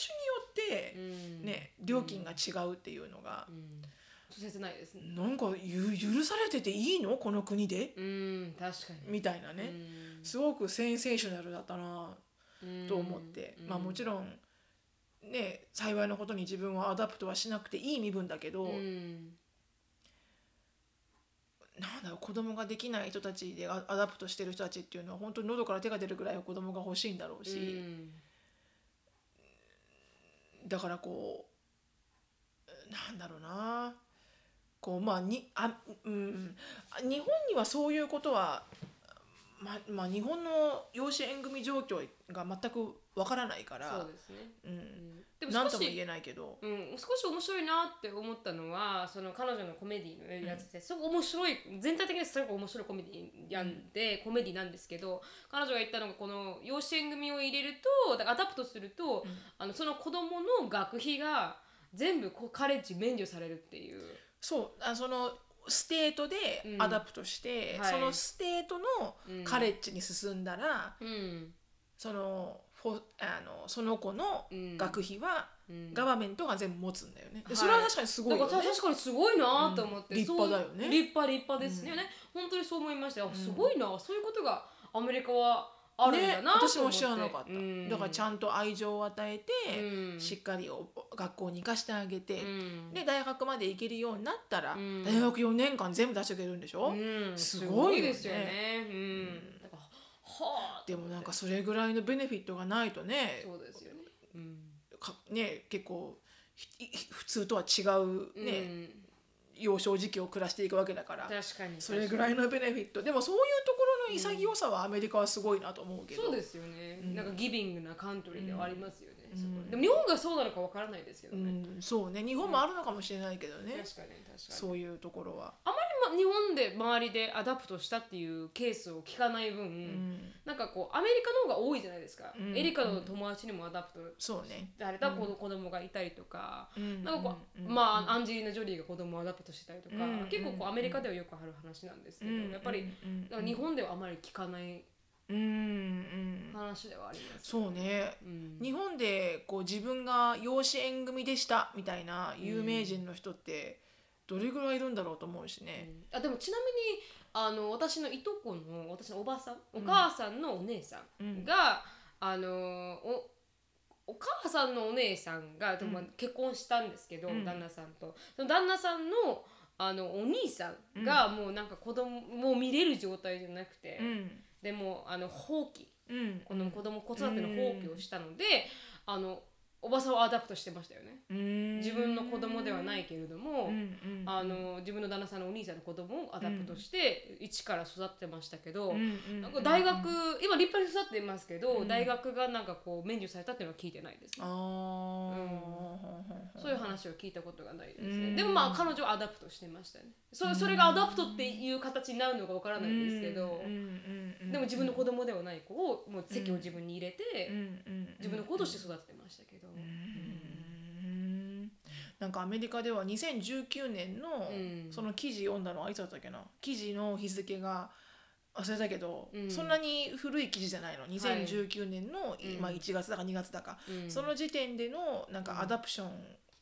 Speaker 2: って、
Speaker 1: うん
Speaker 2: ね料金が違うっていうのが
Speaker 1: う、ん切ないですね
Speaker 2: なんかゆ許されてていいのこの国で
Speaker 1: うん確かに
Speaker 2: みたいなね、すごくセンセーショナルだったな
Speaker 1: うん
Speaker 2: と思って、
Speaker 1: うん
Speaker 2: まあもちろんね幸いなことに自分はアダプトはしなくていい身分だけど、
Speaker 1: うん
Speaker 2: なんだろう子供ができない人たちでアアダプトしてる人たちっていうのは本当に喉から手が出るぐらい子供が欲しいんだろう
Speaker 1: う
Speaker 2: し、
Speaker 1: ん
Speaker 2: だからこうなんだろうなこうまあにあ、うん、日本にはそういうことは、ままあ、日本の養子縁組状況が全くわからないから。
Speaker 1: そうですね
Speaker 2: うん
Speaker 1: でも
Speaker 2: なん
Speaker 1: 少
Speaker 2: とも
Speaker 1: し
Speaker 2: 言えないけど、
Speaker 1: うん、少し面白いなって思ったのはその彼女のコメディのやつで、すごく面白い全体的にすごく面白いコメディやんで、コメディなんですけど彼女が言ったのがこの養子縁組を入れるとだからアダプトすると、
Speaker 2: うん
Speaker 1: あのその子供の学費が全部こうカレッジ免除されるっていう。
Speaker 2: そうあそのステートで
Speaker 1: うん
Speaker 2: アダプトして、
Speaker 1: はい
Speaker 2: そのステートの
Speaker 1: うん
Speaker 2: カレッジに進んだら、
Speaker 1: うん
Speaker 2: そのフォあのその子の
Speaker 1: うん
Speaker 2: 学費は
Speaker 1: うん
Speaker 2: ガバメントが全部持つんだよね、で
Speaker 1: はい
Speaker 2: それは確かにすご
Speaker 1: ないん
Speaker 2: よ
Speaker 1: か
Speaker 2: ね
Speaker 1: た確かにすごいなと思って、
Speaker 2: うん立
Speaker 1: そう
Speaker 2: 派だよね
Speaker 1: 立派立派ですよね、本当にそう思いましたよ、あすごいなそういうことがアメリカはあるんだなと思って、
Speaker 2: ね、私も知らなかった、
Speaker 1: うん
Speaker 2: だからちゃんと愛情を与えて、
Speaker 1: うん
Speaker 2: しっかりお学校に行かしてあげて、
Speaker 1: うん
Speaker 2: で大学まで行けるようになったら、
Speaker 1: うん
Speaker 2: 大学4年間全部出してくれるんでしょ、
Speaker 1: うん、
Speaker 2: す
Speaker 1: す
Speaker 2: ご
Speaker 1: ご
Speaker 2: い
Speaker 1: い
Speaker 2: よね
Speaker 1: ですよね。うん、だからはあ
Speaker 2: でもなんかそれぐらいのベネフィットがないとね
Speaker 1: そうですよね。うん、
Speaker 2: かね結構ひひ普通とは違うね、
Speaker 1: うん、
Speaker 2: 幼少時期を暮らしていくわけだから
Speaker 1: 確かに
Speaker 2: それぐらいのベネフィットでもそういうところの潔さはアメリカはすごいなと思うけど、
Speaker 1: そうですよね、
Speaker 2: うん
Speaker 1: なんかギビングなカントリーではありますよね、
Speaker 2: うん
Speaker 1: そこ
Speaker 2: うん
Speaker 1: でも日本がそうなのかわからないですけど
Speaker 2: う
Speaker 1: ね、
Speaker 2: ん、そうね日本もあるのかもしれないけどね、
Speaker 1: 確かに確かに
Speaker 2: そういうところは。
Speaker 1: あんまりま日本で周りでアダプトしたっていうケースを聞かない分、
Speaker 2: うん
Speaker 1: なんかこうアメリカの方が多いじゃないですか、
Speaker 2: うん
Speaker 1: エリカの友達にもアダプト
Speaker 2: そうね。
Speaker 1: された子子供がいたりとか、なんかこう、
Speaker 2: うん
Speaker 1: まあアンジェリーナ・ジョリーが子供をアダプトしてたりとか、
Speaker 2: うん
Speaker 1: 結構こうアメリカではよくある話なんですけど、やっぱり、だから日本ではあまり聞かない
Speaker 2: うんうん
Speaker 1: 話ではあります、
Speaker 2: そうね。
Speaker 1: うん
Speaker 2: 日本でこう自分が養子縁組でしたみたいな有名人の人ってどれぐらいいるんだろうと思うしね。
Speaker 1: あでもちなみにあの私のいとこの私のおばさんお母さんのお姉さ
Speaker 2: うん
Speaker 1: んが、あのおお母さんのお姉さんがでも
Speaker 2: うん
Speaker 1: 結婚したんですけど、
Speaker 2: うん
Speaker 1: 旦那さんとその旦那さんのあのお兄さんがもうなんか子供を見れる状態じゃなくて、
Speaker 2: うん
Speaker 1: でもあの放棄
Speaker 2: うん
Speaker 1: この子供子育ての放棄をしたので、あのおばさんはアダプトしてましたよね。自分の子供ではないけれども、
Speaker 2: うんうん
Speaker 1: あの自分の旦那さんのお兄さんの子供をアダプトして、一から育ってましたけど、
Speaker 2: うん
Speaker 1: なんか大学、今立派に育ってますけど、
Speaker 2: うん
Speaker 1: 大学がなんかこう免除されたっていうのは聞いてないです、
Speaker 2: あ
Speaker 1: ね、
Speaker 2: ー
Speaker 1: そういう話を聞いたことがないですね、
Speaker 2: うん
Speaker 1: でもまあ彼女はアダプトしてましたねそそれがアダプトっていう形になるのかわからないんですけど、
Speaker 2: うんうんうん
Speaker 1: でも自分の子供ではない子をもう席を自分に入れて、
Speaker 2: うんうん
Speaker 1: 自分の子として育ててましたけど、
Speaker 2: うんなんかアメリカでは2019年の
Speaker 1: うん
Speaker 2: その記事読んだのはいつだったっけな記事の日付が忘れたけど、
Speaker 1: うん
Speaker 2: そんなに古い記事じゃないの2019年の、
Speaker 1: うん
Speaker 2: まあ、1月だか2月だか、
Speaker 1: うん
Speaker 2: その時点でのなんかアダプション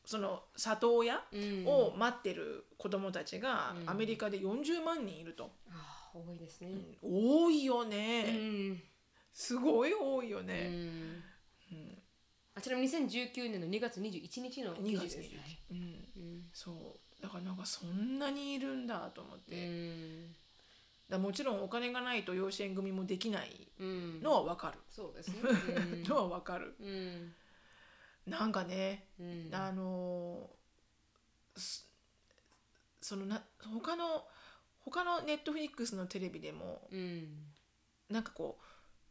Speaker 2: その里親
Speaker 1: うん
Speaker 2: を待ってる子供たちが
Speaker 1: うん
Speaker 2: アメリカで40万人いると、
Speaker 1: あー多いですね、
Speaker 2: 多いよ
Speaker 1: う
Speaker 2: ね、
Speaker 1: ん
Speaker 2: すごい多いよ
Speaker 1: う
Speaker 2: ね、
Speaker 1: ん
Speaker 2: うん
Speaker 1: あちらも2019年の2月21日の
Speaker 2: 2
Speaker 1: 記
Speaker 2: 月
Speaker 1: 事です
Speaker 2: に
Speaker 1: ね。
Speaker 2: うん
Speaker 1: うん
Speaker 2: そうだからなんかそんなにいるんだと思って、
Speaker 1: う
Speaker 2: だか
Speaker 1: ん
Speaker 2: らもちろんお金がないと養子縁組もできない
Speaker 1: うん
Speaker 2: のはわかる、
Speaker 1: そうですね。
Speaker 2: のはわかる
Speaker 1: うん うん
Speaker 2: なんかね、
Speaker 1: うん
Speaker 2: あのーすそのな他の他のネットフリックスのテレビでも
Speaker 1: うん
Speaker 2: なんかこう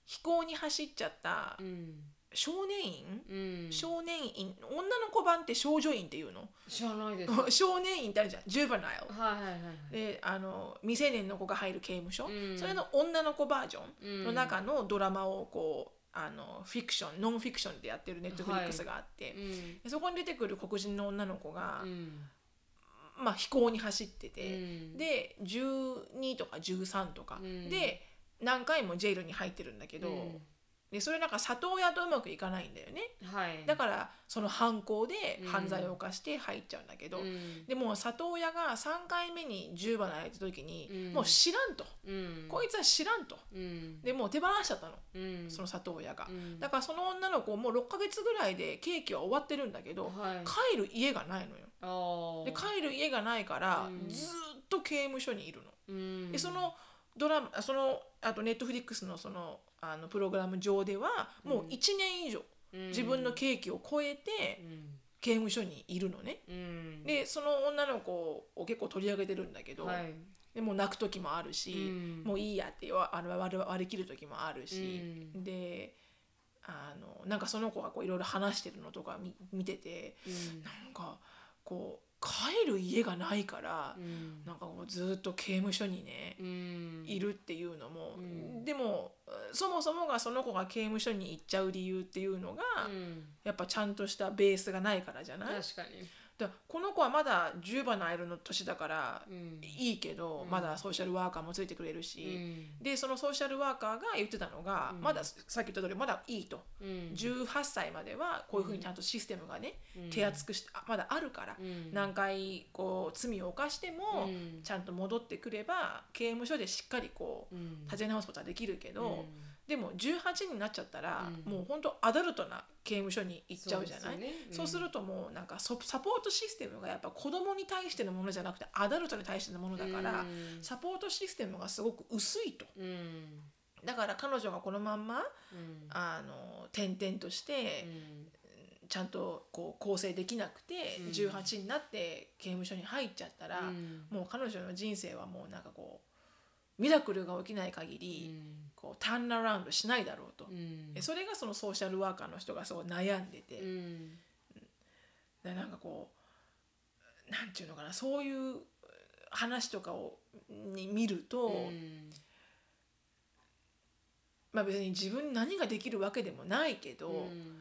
Speaker 2: 非行に走っちゃった
Speaker 1: うん
Speaker 2: 少年院、
Speaker 1: うん
Speaker 2: 少年院女の子版って少女院っていうの
Speaker 1: 知ら ないです。はい
Speaker 2: 少年院ってあるじゃんジュバナイル
Speaker 1: はいはいはい。
Speaker 2: であの未成年の子が入る刑務所、
Speaker 1: うん
Speaker 2: それの女の子バージョン
Speaker 1: うん
Speaker 2: の中のドラマをこうあのフィクションノンフィクションでやってるネットフリックスがあって、
Speaker 1: うん
Speaker 2: でそこに出てくる黒人の女の子が
Speaker 1: う、ん
Speaker 2: まあ、飛行に走ってて、
Speaker 1: うん
Speaker 2: で12とか13とか、
Speaker 1: うん
Speaker 2: で何回もジェイルに入ってるんだけど、
Speaker 1: うん
Speaker 2: でそれなんか里親とうまくいかないんだよね
Speaker 1: はい。
Speaker 2: だからその犯行で
Speaker 1: うん
Speaker 2: 犯罪を犯して入っちゃうんだけど、
Speaker 1: うん
Speaker 2: でも里親が3回目に10番やった時に、
Speaker 1: うん
Speaker 2: もう知らんと、
Speaker 1: うん
Speaker 2: こいつは知らんと
Speaker 1: うん
Speaker 2: でもう手放しちゃったの、
Speaker 1: うん
Speaker 2: その里親が
Speaker 1: う。ん
Speaker 2: だからその女の子も6ヶ月ぐらいで刑期は終わってるんだけど、
Speaker 1: はい
Speaker 2: 帰る家がないのよ。
Speaker 1: あー
Speaker 2: で帰る家がないから、
Speaker 1: うん
Speaker 2: ずーっと刑務所にいるの。
Speaker 1: うん
Speaker 2: でそのドラマそのあとネットフリックスのそのあのプログラム上ではもう1年以上
Speaker 1: うん
Speaker 2: 自分の刑期を超え
Speaker 1: う
Speaker 2: て
Speaker 1: ん
Speaker 2: 刑務所にいるのね。
Speaker 1: うん
Speaker 2: でその女の子を結構取り上げてるんだけど、
Speaker 1: はい
Speaker 2: でもう泣く時もあるし、
Speaker 1: うん
Speaker 2: もういいやってわあの割割り切る時もあるし、
Speaker 1: う
Speaker 2: であのなんかその子がこういろいろ話してるのとか見見てて
Speaker 1: うん
Speaker 2: なんかこう帰る家がないから、
Speaker 1: うん
Speaker 2: なんかこうずっと刑務所にね、
Speaker 1: うん
Speaker 2: いるっていうのも、
Speaker 1: うん
Speaker 2: でもそもそもがその子が刑務所に行っちゃう理由っていうのが、
Speaker 1: うん
Speaker 2: やっぱちゃんとしたベースがないからじゃない
Speaker 1: 確かに
Speaker 2: だからこの子はまだ10番のアイルの年だから
Speaker 1: うん
Speaker 2: いいけど、
Speaker 1: うん
Speaker 2: まだソーシャルワーカーもついてくれる
Speaker 1: う
Speaker 2: し、
Speaker 1: ん
Speaker 2: でそのソーシャルワーカーが言ってたのが、
Speaker 1: うん
Speaker 2: まださっき言った通りまだいいと、
Speaker 1: うん
Speaker 2: 18歳まではこういうふうにちゃんとシステムがね、
Speaker 1: うん
Speaker 2: 手厚くしてあまだあるから、
Speaker 1: うん
Speaker 2: 何回こう罪を犯しても、
Speaker 1: うん
Speaker 2: ちゃんと戻ってくれば刑務所でしっかりこう
Speaker 1: うん
Speaker 2: 立ち直すことはできるけど、
Speaker 1: うん
Speaker 2: でも18になっちゃったら、
Speaker 1: うん
Speaker 2: もう本当アダルトな刑務所に行っちゃうじゃない
Speaker 1: そうですよねうん
Speaker 2: そうするともうなんかそサポートシステムがやっぱ子供に対してのものじゃなくてアダルトに対してのものだから、
Speaker 1: うん
Speaker 2: サポートシステムがすごく薄いと
Speaker 1: うん
Speaker 2: だから彼女がこのまん
Speaker 1: う
Speaker 2: ま
Speaker 1: ん
Speaker 2: あの転々として、ちゃんとこう構成できなくて、
Speaker 1: うん
Speaker 2: 18になって刑務所に入っちゃったら、
Speaker 1: うん
Speaker 2: もう彼女の人生はもうなんかこうミラクルが起きない限
Speaker 1: う
Speaker 2: り、
Speaker 1: ん
Speaker 2: こうターンアラウンドしないだろうと、
Speaker 1: うん
Speaker 2: でそれがそのソーシャルワーカーの人がそう悩んでて、
Speaker 1: うん
Speaker 2: でなんかこうなんていうのかなそういう話とかをに見ると、
Speaker 1: うん
Speaker 2: まあ別に自分に何ができるわけでもないけど、
Speaker 1: うん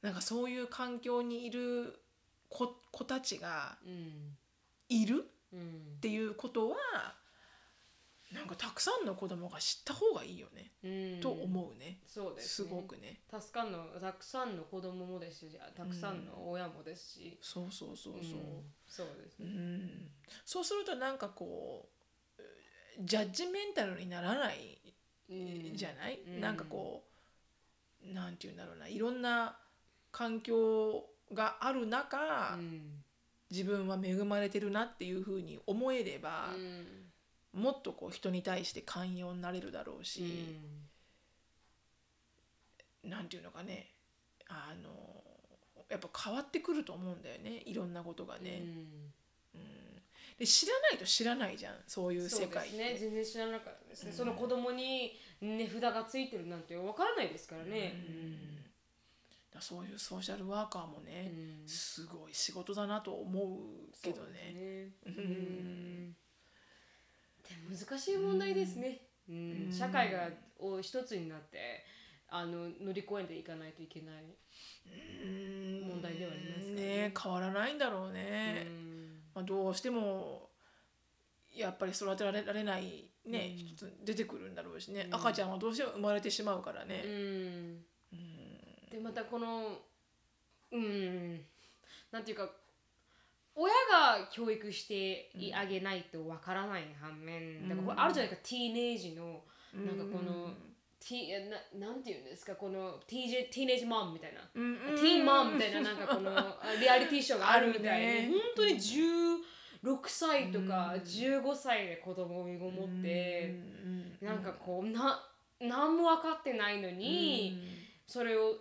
Speaker 2: なんかそういう環境にいる子子たちが
Speaker 1: うん
Speaker 2: いる
Speaker 1: うん
Speaker 2: っていうことはなんかたくさんの子供が知った方がいいよね、
Speaker 1: うん
Speaker 2: と思うね
Speaker 1: そうです
Speaker 2: す
Speaker 1: ね
Speaker 2: ごくね。
Speaker 1: 助かんのたくさんの子供もですしたくさんの親もですし、
Speaker 2: そうそうそう
Speaker 1: うん
Speaker 2: そう、
Speaker 1: そうです
Speaker 2: う
Speaker 1: ね、
Speaker 2: んそうするとなんかこうジャッジメンタルにならない
Speaker 1: うん
Speaker 2: じゃない、
Speaker 1: うん
Speaker 2: なんかこうなんて言うんだろうないろんな環境がある中、
Speaker 1: うん
Speaker 2: 自分は恵まれてるなっていうふうに思えれば
Speaker 1: う、ん
Speaker 2: もっとこう人に対して寛容になれるだろう
Speaker 1: う
Speaker 2: し、
Speaker 1: ん
Speaker 2: なんていうのかねあのやっぱ変わってくると思うんだよねいろんなことがね、うんで知らないと知らないじゃんそういう
Speaker 1: そう
Speaker 2: 世
Speaker 1: で
Speaker 2: 界っ
Speaker 1: す
Speaker 2: て
Speaker 1: ね全然知らなかったですね、
Speaker 2: うん
Speaker 1: その子供に値札がついてるなんてわからないですからね
Speaker 2: うんだからそういうソーシャルワーカーも
Speaker 1: う
Speaker 2: ね、
Speaker 1: ん
Speaker 2: すごい仕事だなと思うけどね。
Speaker 1: そうですね
Speaker 2: う
Speaker 1: うんんでも難しい問題ですね、うん
Speaker 2: うん
Speaker 1: 社会がを一つになってあの乗り越えていかないといけない、
Speaker 2: うん
Speaker 1: 問題ではありますからね
Speaker 2: ね変わらないんだろうね。
Speaker 1: うん
Speaker 2: まあ、どうしてもやっぱり育てられられない、ね
Speaker 1: うん
Speaker 2: 一つ出てくるんだろうしね、
Speaker 1: うん
Speaker 2: 赤ちゃんはどうしても生まれてしまうから
Speaker 1: う
Speaker 2: ね。
Speaker 1: ん
Speaker 2: うん
Speaker 1: でまたこのうんなんていうか親が教育してあげないとわからない反面、だからこれあるじゃないか、ティーネイジのなんかこの、ティーななんていうんですかこの TJ ティーネイジマンみたいな、
Speaker 2: うんうん
Speaker 1: ティーマンみたいななんか このリアリティショーがあるみたい
Speaker 2: あ
Speaker 1: に、
Speaker 2: るね
Speaker 1: 本当に16歳とか
Speaker 2: うん
Speaker 1: 15歳で子供を身ごもって、なんかこうな何も分かってないの
Speaker 2: う
Speaker 1: に。それを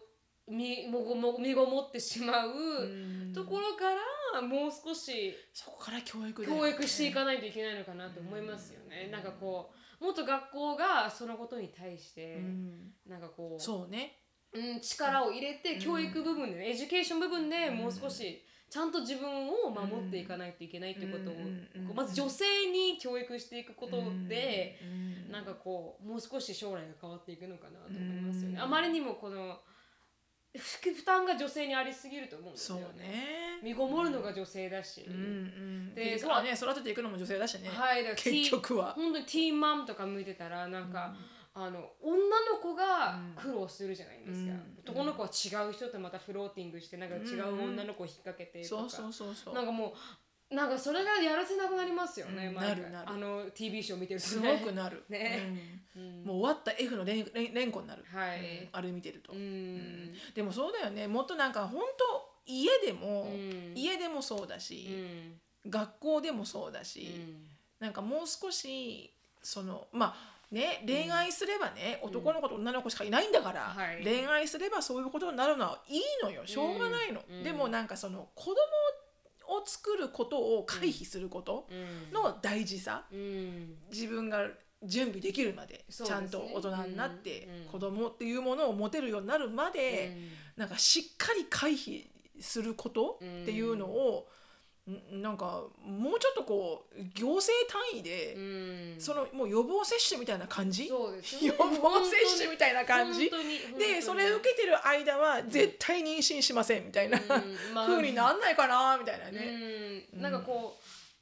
Speaker 1: みもごも身ごもってしまう
Speaker 2: んうん
Speaker 1: ところからもう少し
Speaker 2: そこから教育だよね
Speaker 1: 教育していかないといけないのかなと思いますよね。なんかこうもっと学校がそのことに対して
Speaker 2: うん
Speaker 1: なんかこう、
Speaker 2: そうね。
Speaker 1: うん、力を入れて教育部分でねエデュケーション部分でもう少しちゃんと自分を守っていかないといけないってことを
Speaker 2: うん
Speaker 1: こうまず女性に教育していくことで。
Speaker 2: うん
Speaker 1: なんかこうもう少し将来が変わっていくのかなと思いますよね。
Speaker 2: うん
Speaker 1: あまりにもこのふ負担が女性にありすぎると思うんです
Speaker 2: そ
Speaker 1: よ
Speaker 2: う
Speaker 1: ね。
Speaker 2: ね。
Speaker 1: 身ごもるのが女性だし、
Speaker 2: うんうん、
Speaker 1: で
Speaker 2: で、そうはね、育てていくのも女性だしね。
Speaker 1: はいだからティ
Speaker 2: 結局は。
Speaker 1: 本当にティーンマムとか向いてたらなんか、あの女の子が苦労するじゃないですか、
Speaker 2: うん
Speaker 1: 男の子は違う人とまたフローティングしてなんか違う女の子を引っ掛けてとか、
Speaker 2: そうそうそうそう。
Speaker 1: なんかもうなんかそれがやらせなくなりますよね、
Speaker 2: うん
Speaker 1: 毎回
Speaker 2: なるなる
Speaker 1: あの TV ショー見てると
Speaker 2: すごくなる。
Speaker 1: ね
Speaker 2: うん
Speaker 1: うん
Speaker 2: もう終わった F の連連連呼になる。
Speaker 1: はい
Speaker 2: うんあれ見てると
Speaker 1: う。ん
Speaker 2: でもそうだよね。もっとなんか本当家でも、
Speaker 1: うん
Speaker 2: 家でもそうだ
Speaker 1: う
Speaker 2: し、
Speaker 1: ん
Speaker 2: 学校でもそうだし、なんかもう少しそのまあね、恋愛すればね、男の子と女の子しかいないんだから、
Speaker 1: はい
Speaker 2: 恋愛すればそういうことになるのはいいのよしょうがないの、
Speaker 1: うん
Speaker 2: でもなんかその子供を作ることを回避すること
Speaker 1: うん
Speaker 2: の大事さ、
Speaker 1: うん
Speaker 2: 自分が準備できるまで
Speaker 1: そう
Speaker 2: ち
Speaker 1: ですね
Speaker 2: ゃんと大人になって、
Speaker 1: うんうん
Speaker 2: 子供っていうものを持てるようになるまで、なんかしっかり回避することっていうのを、んなんかもうちょっとこう行政単位で、
Speaker 1: うん
Speaker 2: そのもう予防接種みたいな感じ、
Speaker 1: そうですよ
Speaker 2: 予
Speaker 1: ね
Speaker 2: 防接種みたいな感じ
Speaker 1: 本当に本当に
Speaker 2: でそれ受けてる間は絶対妊娠しませんみたいな、
Speaker 1: うんまあ
Speaker 2: 風になんないかなみたいなね、
Speaker 1: うんなんかこ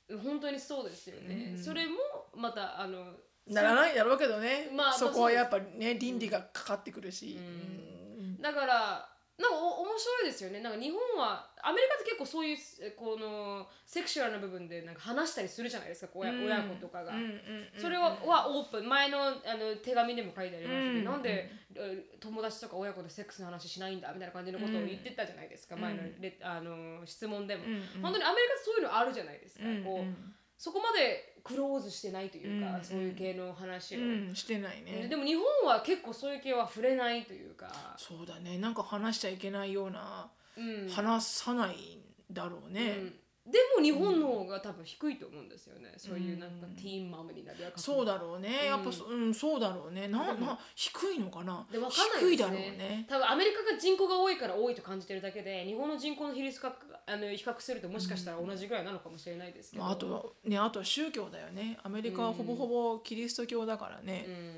Speaker 1: う本当にそうですよね、
Speaker 2: うん
Speaker 1: それもまたあの
Speaker 2: ならないだろうけどね、
Speaker 1: まあ
Speaker 2: そこはやっぱね倫理がかかってくるし、うん
Speaker 1: だからなんかお面白いですよねなんか日本はアメリカって結構そういうえこのセクシュアルな部分でなんか話したりするじゃないですか親,、
Speaker 2: うん
Speaker 1: 親子とかが。
Speaker 2: うんうんうん
Speaker 1: それははオープン前のあの手紙でも書いてありましたけど、
Speaker 2: うん
Speaker 1: なんでえ友達とか親子でセックスの話しないんだみたいな感じのことを言ってたじゃないですか、
Speaker 2: うん
Speaker 1: 前のレあの質問でも、
Speaker 2: うん
Speaker 1: 本当にアメリカってそういうのあるじゃないですか、
Speaker 2: うん
Speaker 1: こうそこまでクローズしてないというか、
Speaker 2: うん
Speaker 1: そういう系の話を、
Speaker 2: うんうんしてない
Speaker 1: え
Speaker 2: ね
Speaker 1: でも日本は結構そういう系は触れないというか、
Speaker 2: そうだねなんか話しちゃいけないような、
Speaker 1: うん
Speaker 2: 話さないだろうね、
Speaker 1: うんでも日本の方が多分低いと思うんですよね、そういうなんかティーンマムになるや
Speaker 2: そうだろうね、やっぱそうんそうだろうね
Speaker 1: で
Speaker 2: な
Speaker 1: も
Speaker 2: な低いのかな
Speaker 1: でわかんないですね
Speaker 2: 低いだろうね
Speaker 1: 多分アメリカが人口が多いから多いと感じてるだけで日本の人口の比率かあの比較するともしかしたら同じぐらいなのかもしれないですけど、
Speaker 2: まあ、あとねあと宗教だよねアメリカはほぼほぼキリスト教だからね、
Speaker 1: う
Speaker 2: や
Speaker 1: ん
Speaker 2: っ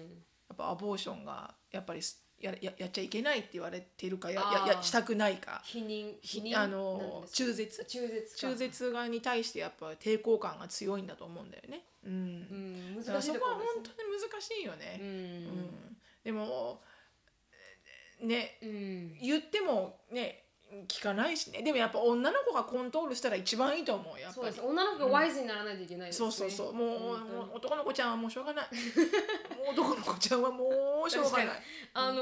Speaker 2: ぱアボーションがやっぱりすやややっちゃいけないって言われてるかや
Speaker 1: あー
Speaker 2: ややしたくないか
Speaker 1: 否認否認
Speaker 2: あ
Speaker 1: なん
Speaker 2: の
Speaker 1: ですか
Speaker 2: 中絶
Speaker 1: 中絶か
Speaker 2: 中絶側に対してやっぱ抵抗感が強いんだと思うんだよね。う、
Speaker 1: うんん
Speaker 2: だから
Speaker 1: 難しい
Speaker 2: そ
Speaker 1: と
Speaker 2: こ
Speaker 1: こ
Speaker 2: は
Speaker 1: ろ
Speaker 2: 本
Speaker 1: です
Speaker 2: 当
Speaker 1: ね
Speaker 2: に難しいよね。
Speaker 1: うん
Speaker 2: でもえーね
Speaker 1: うん
Speaker 2: 言ってもね聞かないしねでもやっぱ女の子がコントロールしたら一番いいと思うやっ
Speaker 1: そう
Speaker 2: ぱ
Speaker 1: で
Speaker 2: り
Speaker 1: す
Speaker 2: そう,、
Speaker 1: 女の子がワイズにならないといけないです
Speaker 2: そう
Speaker 1: ね
Speaker 2: そうもう
Speaker 1: 本当に
Speaker 2: もう男の子ちゃんはもうしょうがないもう男の子ちゃんはもうしょうがない
Speaker 1: あのー本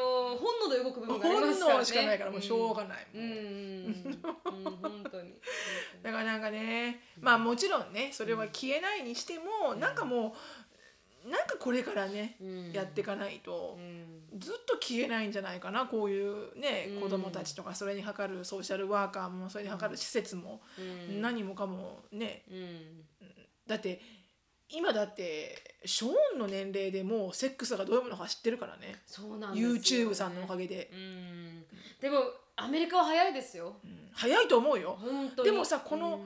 Speaker 1: 能で動く部分がありますからね
Speaker 2: 本能しかないからもうしょうがない、
Speaker 1: うんうんうんうん本当に
Speaker 2: だからなんかねまあもちろんねそれは消えないにしても、なんかもうなんかこれからね、
Speaker 1: うん
Speaker 2: やっていかないと
Speaker 1: う、ん
Speaker 2: ずっと消えないんじゃないかなこういうね、
Speaker 1: うん
Speaker 2: 子供たちとかそれに測るソーシャルワーカーもそれに測る施設も、
Speaker 1: うん
Speaker 2: 何もかもね
Speaker 1: うん
Speaker 2: だって今だってショーンの年齢でもうセックスがどういうものか知ってるからね
Speaker 1: そうなんですよね
Speaker 2: YouTube さんのおかげで、
Speaker 1: うんでもアメリカは早いですよ
Speaker 2: うん早いと思うよ
Speaker 1: 本当に
Speaker 2: でもさこ
Speaker 1: う
Speaker 2: の
Speaker 1: ん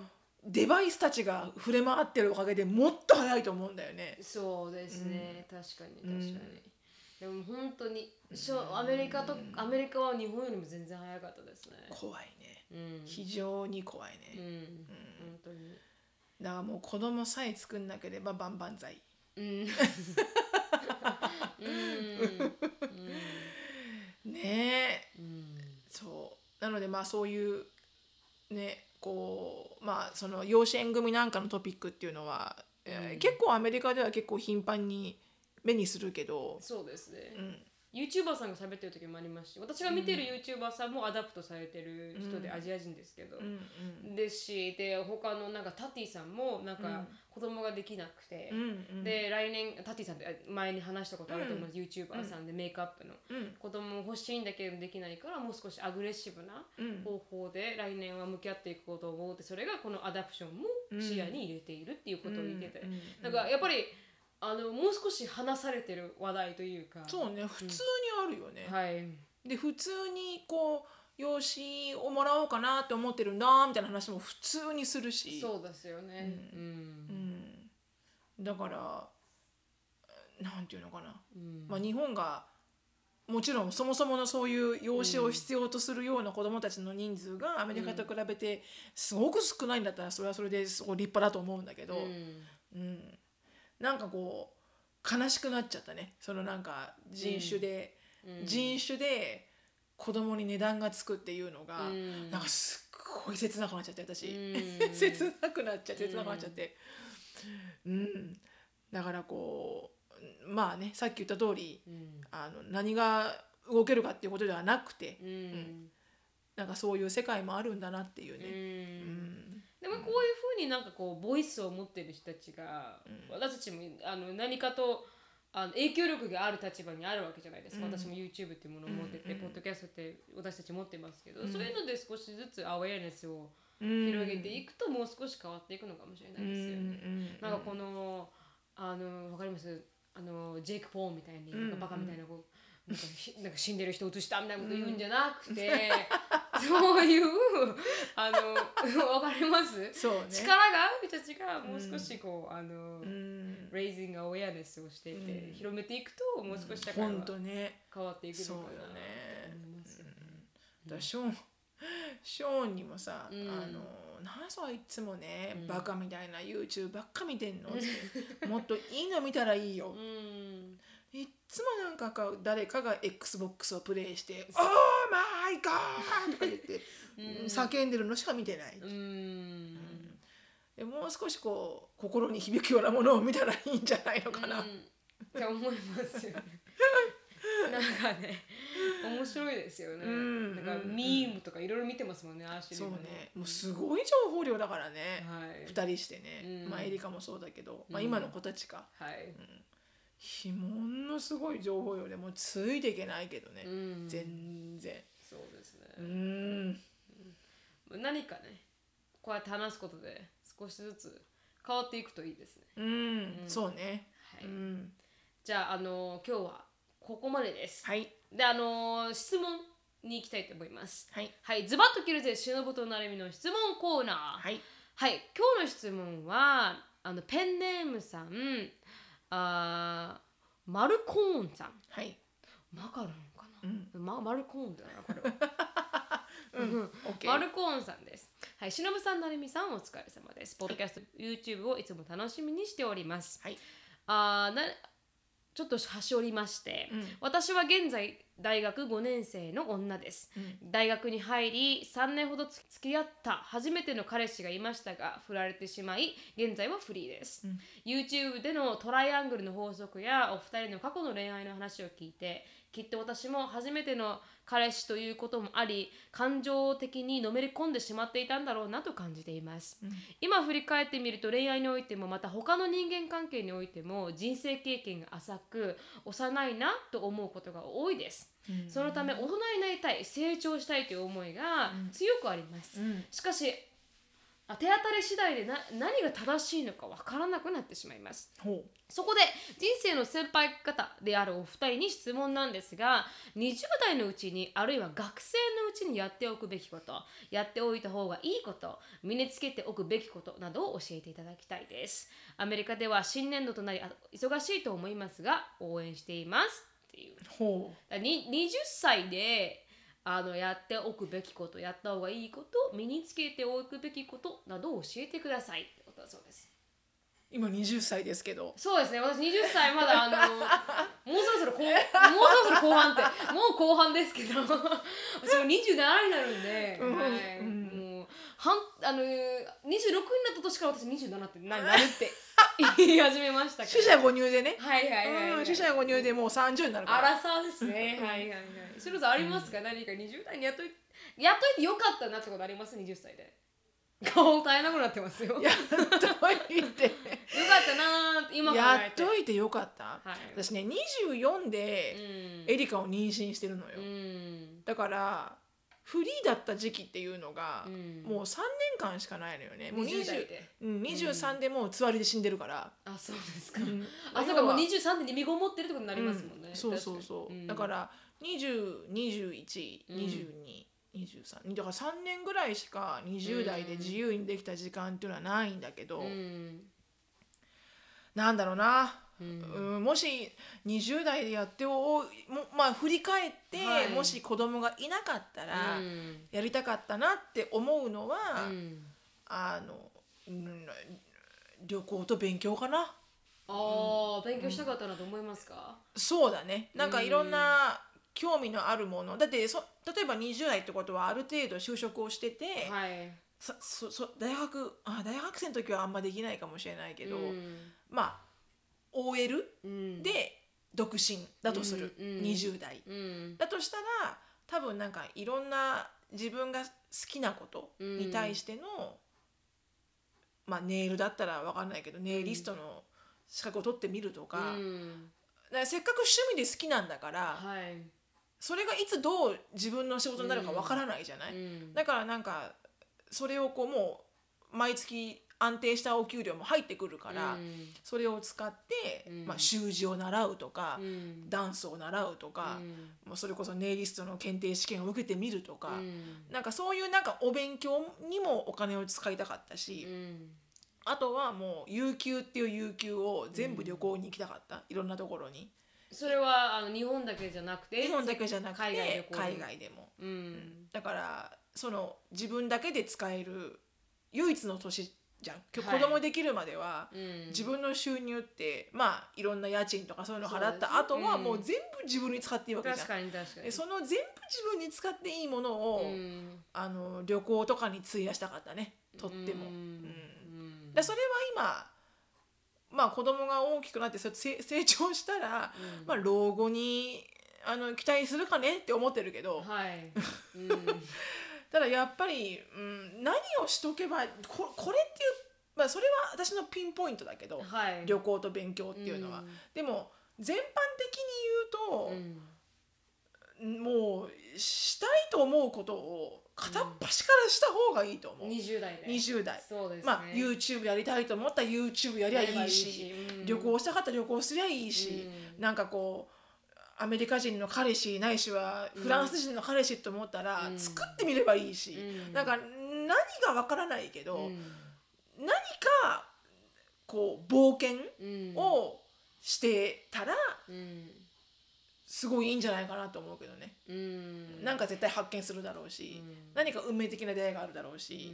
Speaker 2: デバイスたちが触れ回ってるおかげでもっと早いと思うんだよね
Speaker 1: そうですね、確かに確かに、でも本当にしょアメリカと、アメリカは日本よりも全然早かったですね
Speaker 2: 怖いね
Speaker 1: うん
Speaker 2: 非常に怖い
Speaker 1: うん、
Speaker 2: ね
Speaker 1: 本当に
Speaker 2: だからもう子供さえ作んなければ万々歳
Speaker 1: うんうん
Speaker 2: ねえ
Speaker 1: うん
Speaker 2: そうなのでまあそういうねこうまあその養子縁組なんかのトピックっていうのは、えー結構アメリカでは結構頻繁に目にするけど、
Speaker 1: そうですね
Speaker 2: う、ん、
Speaker 1: YouTuber さんが喋ってる時もありますし私が見てる YouTuber さんもアダプトされてる人で、
Speaker 2: うん
Speaker 1: アジア人ですけど、
Speaker 2: うんうん
Speaker 1: ですしで他のなんかタティさんもなんか子供ができなくて、
Speaker 2: うんうん
Speaker 1: で来年タティさんってあ前に話したことあると思う、ユー YouTuber さんでメイクアップの
Speaker 2: うん
Speaker 1: 子供欲しいんだけどできないからもう少しアグレッシブな
Speaker 2: うん
Speaker 1: 方法で来年は向き合っていこうと思うってそれがこのアダプションも視野に入れているっていうことを言ってて、
Speaker 2: うんうん
Speaker 1: だからやっぱりあのもう少し話されてる話題というか
Speaker 2: そうね普通にあるよね、
Speaker 1: はい
Speaker 2: で普通にこう養子をもらおうかなって思ってるんだみたいな話も普通にするし
Speaker 1: そうですよねうん
Speaker 2: うん、だからなんていうのかな
Speaker 1: うん
Speaker 2: まあ、日本がもちろんそもそものそういう養子を必要とするような子どもたちの人数がアメリカと比べてすごく少ないんだったらそれはそれですごい立派だと思うんだけど、
Speaker 1: うん
Speaker 2: うんなんかこう悲しくなっちゃったねそのなんか人種で、
Speaker 1: うん
Speaker 2: 人種で子供に値段がつくっていうのが、
Speaker 1: うん
Speaker 2: なんかすっごい切なくなっちゃって私。
Speaker 1: うん
Speaker 2: 切なくなっちゃって切なくなっちゃってうん、だからこうまあねさっき言った通り
Speaker 1: うん
Speaker 2: あの何が動けるかっていうことではなくて
Speaker 1: うん
Speaker 2: なんかそういう世界もあるんだなっていう
Speaker 1: う
Speaker 2: ね、うんん
Speaker 1: でもこういうふうになんかこうボイスを持ってる人たちが、私たちもあの何かとあの影響力がある立場にあるわけじゃないですか、
Speaker 2: うん
Speaker 1: 私も YouTube っていうものを持ってて、
Speaker 2: うん
Speaker 1: ポッドキャストって私たち持ってますけど、
Speaker 2: うん
Speaker 1: そういうので少しずつアウェアネスを
Speaker 2: うん
Speaker 1: 広げていくともう少し変わっていくのかもしれないですよね。
Speaker 2: うん
Speaker 1: なんかこのあのわかりますあのジェイク・ポーンみたいに
Speaker 2: う
Speaker 1: な
Speaker 2: ん
Speaker 1: んかバカみたいなこうなんかひなんか死んでる人映したみたいなこと言うんじゃなくて、そういうあの わかります
Speaker 2: そうね
Speaker 1: 力がある人たちがもう少しこう、あの、
Speaker 2: うん
Speaker 1: レイジングアウェアネスをしていて、
Speaker 2: うん
Speaker 1: 広めていくともう少し社会は
Speaker 2: 本当ね
Speaker 1: 変わっていく
Speaker 2: そう
Speaker 1: のかな
Speaker 2: よ
Speaker 1: と
Speaker 2: ね
Speaker 1: 思いますよね。
Speaker 2: だからショーンショーンにもさ、
Speaker 1: うん
Speaker 2: あのなんそいつもね、
Speaker 1: うん
Speaker 2: バカみたいな YouTube ばっか見てんのってもっといいの見たらいいよ
Speaker 1: うん
Speaker 2: いっつもなんかか誰かが XBOX をプレイして「おーマイガー!」とか言って
Speaker 1: うん
Speaker 2: 叫んでるのしか見てない、
Speaker 1: うん
Speaker 2: でもう少しこう心に響くようなものを見たらいいんじゃないのかな、
Speaker 1: うんって思います よね。なんかね面白いですよね。
Speaker 2: うん
Speaker 1: なんか
Speaker 2: うん
Speaker 1: ミームとかいろいろ見てますもんねアーシュリ
Speaker 2: そ
Speaker 1: ー
Speaker 2: う
Speaker 1: も
Speaker 2: ねもうすごい情報量だからね、
Speaker 1: はい
Speaker 2: 二人してね、
Speaker 1: うん
Speaker 2: まあエリカもそうだけど、まあ、
Speaker 1: うん
Speaker 2: 今の子たちか、
Speaker 1: はい。
Speaker 2: ひものすごい情報量でもうついていけないけどね、
Speaker 1: うん
Speaker 2: 全然
Speaker 1: そうです
Speaker 2: う
Speaker 1: ね。
Speaker 2: ん
Speaker 1: 何かねこうやって話すことで少しずつ変わっていくといいですね。
Speaker 2: うんそうね
Speaker 1: は
Speaker 2: う
Speaker 1: い。
Speaker 2: ん
Speaker 1: じゃああの今日はここまでです。
Speaker 2: はい
Speaker 1: であの質問に行きたいと思います。
Speaker 2: はい
Speaker 1: はい、ズバッと切るぜ、しのぶとなるみの質問コーナー。はい、
Speaker 2: はい
Speaker 1: 今日の質問は、あのペンネームさん、あーマルコーンさん。
Speaker 2: はい
Speaker 1: マカロンか
Speaker 2: う
Speaker 1: な、
Speaker 2: ん
Speaker 1: ま、マルコーンだよな、これは。
Speaker 2: うん OK
Speaker 1: マルコーンさんです。はい、しのぶさん、なるみさん、お疲れ様です。ポッドキャスト、YouTube をいつも楽しみにしております。
Speaker 2: はい
Speaker 1: あーなちょっと端折りまして、
Speaker 2: うん
Speaker 1: 私は現在大学5年生の女です、
Speaker 2: うん
Speaker 1: 大学に入り3年ほどつ付き合った初めての彼氏がいましたが振られてしまい現在はフリーです、
Speaker 2: うん
Speaker 1: YouTube でのトライアングルの法則やお二人の過去の恋愛の話を聞いてきっと私も初めての彼氏ということもあり感情的にのめり込んでしまっていたんだろうなと感じています、
Speaker 2: うん
Speaker 1: 今振り返ってみると恋愛においてもまた他の人間関係においても人生経験が浅く幼いなと思うことが多いです、
Speaker 2: うん
Speaker 1: そのため大人になりたい成長したいという思いが強くあります、
Speaker 2: うん
Speaker 1: しかしあ手当たり次第でな何が正しいのかわからなくなってしまいます
Speaker 2: ほ
Speaker 1: そこで人生の先輩方であるお二人に質問なんですが20代のうちにあるいは学生のうちにやっておくべきことやっておいた方がいいこと身につけておくべきことなどを教えていただきたいですアメリカでは新年度となりあ忙しいと思いますが応援していますっていう
Speaker 2: うほ
Speaker 1: だに20歳であのやっておくべきことやった方がいいこと身につけておくべきことなどを教えてくださいってことだそうです
Speaker 2: う今20歳ですけど
Speaker 1: そうですね私20歳まだあのもうそろそろ後もうそろそろ後半ってもう後半ですけど そう27になるんで、
Speaker 2: うん
Speaker 1: はい、
Speaker 2: うん
Speaker 1: もう半あの26になった年から私27ってななるって言い始めましたけ
Speaker 2: 死
Speaker 1: ど
Speaker 2: 者誤入でね
Speaker 1: はいはいはい、
Speaker 2: う
Speaker 1: はい、
Speaker 2: ん死者誤入でもう30になるか
Speaker 1: ア
Speaker 2: ら
Speaker 1: ラサーですねはいはいはいそれぞれありますか、何か20代にやっといやっといてよかったなってことあります20歳で 顔大変なくなってますよよかっ
Speaker 2: やっとい て
Speaker 1: たなーって今考
Speaker 2: や
Speaker 1: え
Speaker 2: ってといてよかった
Speaker 1: はい
Speaker 2: 私ね24で
Speaker 1: うん
Speaker 2: エリカを妊娠してるのよ、
Speaker 1: うん
Speaker 2: だからフリーだった時期っていうのが、
Speaker 1: うん
Speaker 2: もう3年間しかないのよねもう
Speaker 1: 20
Speaker 2: 20
Speaker 1: 代で
Speaker 2: うん、23でもうつわりで死んでるから、
Speaker 1: あそうですか、
Speaker 2: ん
Speaker 1: あそうかもう23で身ごもってるってことになりますもんね、
Speaker 2: うそうそうそう、だからら20212223、
Speaker 1: うん
Speaker 2: 23だから3年ぐらいしか20代で自由にできた時間っていうのはないんだけど、
Speaker 1: うん、
Speaker 2: なんだろうな、
Speaker 1: う
Speaker 2: うんんもし20代でやっておもまあ振り返って、
Speaker 1: はい
Speaker 2: もし子供がいなかったら、
Speaker 1: うん
Speaker 2: やりたかったなって思うのは、
Speaker 1: うん
Speaker 2: あのうん旅行と勉強かな
Speaker 1: ああ勉強したかったなと思いますか、
Speaker 2: そうだねなんか
Speaker 1: うん
Speaker 2: いろんな興味のあるものだってそ例えば20代ってことはある程度就職をしてて、
Speaker 1: はい
Speaker 2: さそそ大学あ大学生の時はあんまできないかもしれないけど、
Speaker 1: うん
Speaker 2: まあ OL
Speaker 1: うん、
Speaker 2: で独身だとする、
Speaker 1: うんうん
Speaker 2: 20代
Speaker 1: うん
Speaker 2: だとしたら多分なんかいろんな自分が好きなことに対しての、まあネイルだったら分かんないけどネイリストの資格を取ってみるとか,、
Speaker 1: うん
Speaker 2: せっかく趣味で好きなんだから、
Speaker 1: はい、
Speaker 2: それがいつどう自分の仕事になるか分からないじゃない、
Speaker 1: うん
Speaker 2: だからなんかそれをこうもう毎月安定したお給料も入ってくるから、
Speaker 1: うん
Speaker 2: それを使って、
Speaker 1: うん
Speaker 2: まあ、習字を習うとか
Speaker 1: う、ん
Speaker 2: ダンスを習うとか、もうそれこそネイリストの検定試験を受けてみるとか、
Speaker 1: うん
Speaker 2: なんかそういうなんかお勉強にもお金を使いたかったし、
Speaker 1: うん
Speaker 2: あとはもう有給っていう有給を全部旅行に行きたかった、いろんなところに
Speaker 1: それはあの日本だけじゃなくて
Speaker 2: 日本だけじゃなくて
Speaker 1: 海外旅行
Speaker 2: 海外でも
Speaker 1: う
Speaker 2: うん
Speaker 1: ん
Speaker 2: だからその自分だけで使える唯一の年じゃん今日
Speaker 1: は
Speaker 2: 子
Speaker 1: い
Speaker 2: 供できるまでは、
Speaker 1: うん
Speaker 2: 自分の収入ってまあいろんな家賃とかそういうの払った
Speaker 1: そうです
Speaker 2: 後
Speaker 1: ね
Speaker 2: は
Speaker 1: うん
Speaker 2: もう全部自分に使っていいわけじゃ
Speaker 1: 確
Speaker 2: ん。
Speaker 1: かに確か
Speaker 2: で
Speaker 1: に
Speaker 2: その全部自分に使っていいものを、
Speaker 1: うん
Speaker 2: あの旅行とかに費やしたかったねとっても。
Speaker 1: う
Speaker 2: うん
Speaker 1: んうん
Speaker 2: だそれは今まあ子供が大きくなってそ成成長したら、
Speaker 1: うん
Speaker 2: まあ、老後にあの期待するかねって思ってるけど
Speaker 1: はい、うん
Speaker 2: ただやっぱり、うん、何をしとけばここれっていう、まあ、それは私のピンポイントだけど、
Speaker 1: はい
Speaker 2: 旅行と勉強っていうのは。でも全般的
Speaker 1: う
Speaker 2: に言うんと、もうしたいと思うことを片っ端からした方がいいと思
Speaker 1: う
Speaker 2: う、
Speaker 1: ん、20代で
Speaker 2: 20代。
Speaker 1: そうですね、
Speaker 2: まあ、YouTube やりたいと思ったら YouTube やりゃいいし
Speaker 1: うん
Speaker 2: 旅行したかったら旅行すりゃいいし、
Speaker 1: うん
Speaker 2: なんかこうアメリカ人の彼氏ないしは
Speaker 1: うん
Speaker 2: フランス人の彼氏と思ったら、
Speaker 1: うん
Speaker 2: 作ってみればいいし、
Speaker 1: うん
Speaker 2: なんか何がわからないけど、
Speaker 1: うん
Speaker 2: 何かこう冒険
Speaker 1: うん
Speaker 2: をしてたら
Speaker 1: うん
Speaker 2: すごいいいんじゃないかなと思うけどね、
Speaker 1: うん
Speaker 2: なんか絶対発見するだろう
Speaker 1: う
Speaker 2: し、
Speaker 1: ん
Speaker 2: 何か運命的な出会いがあるだろう
Speaker 1: う
Speaker 2: し、
Speaker 1: ん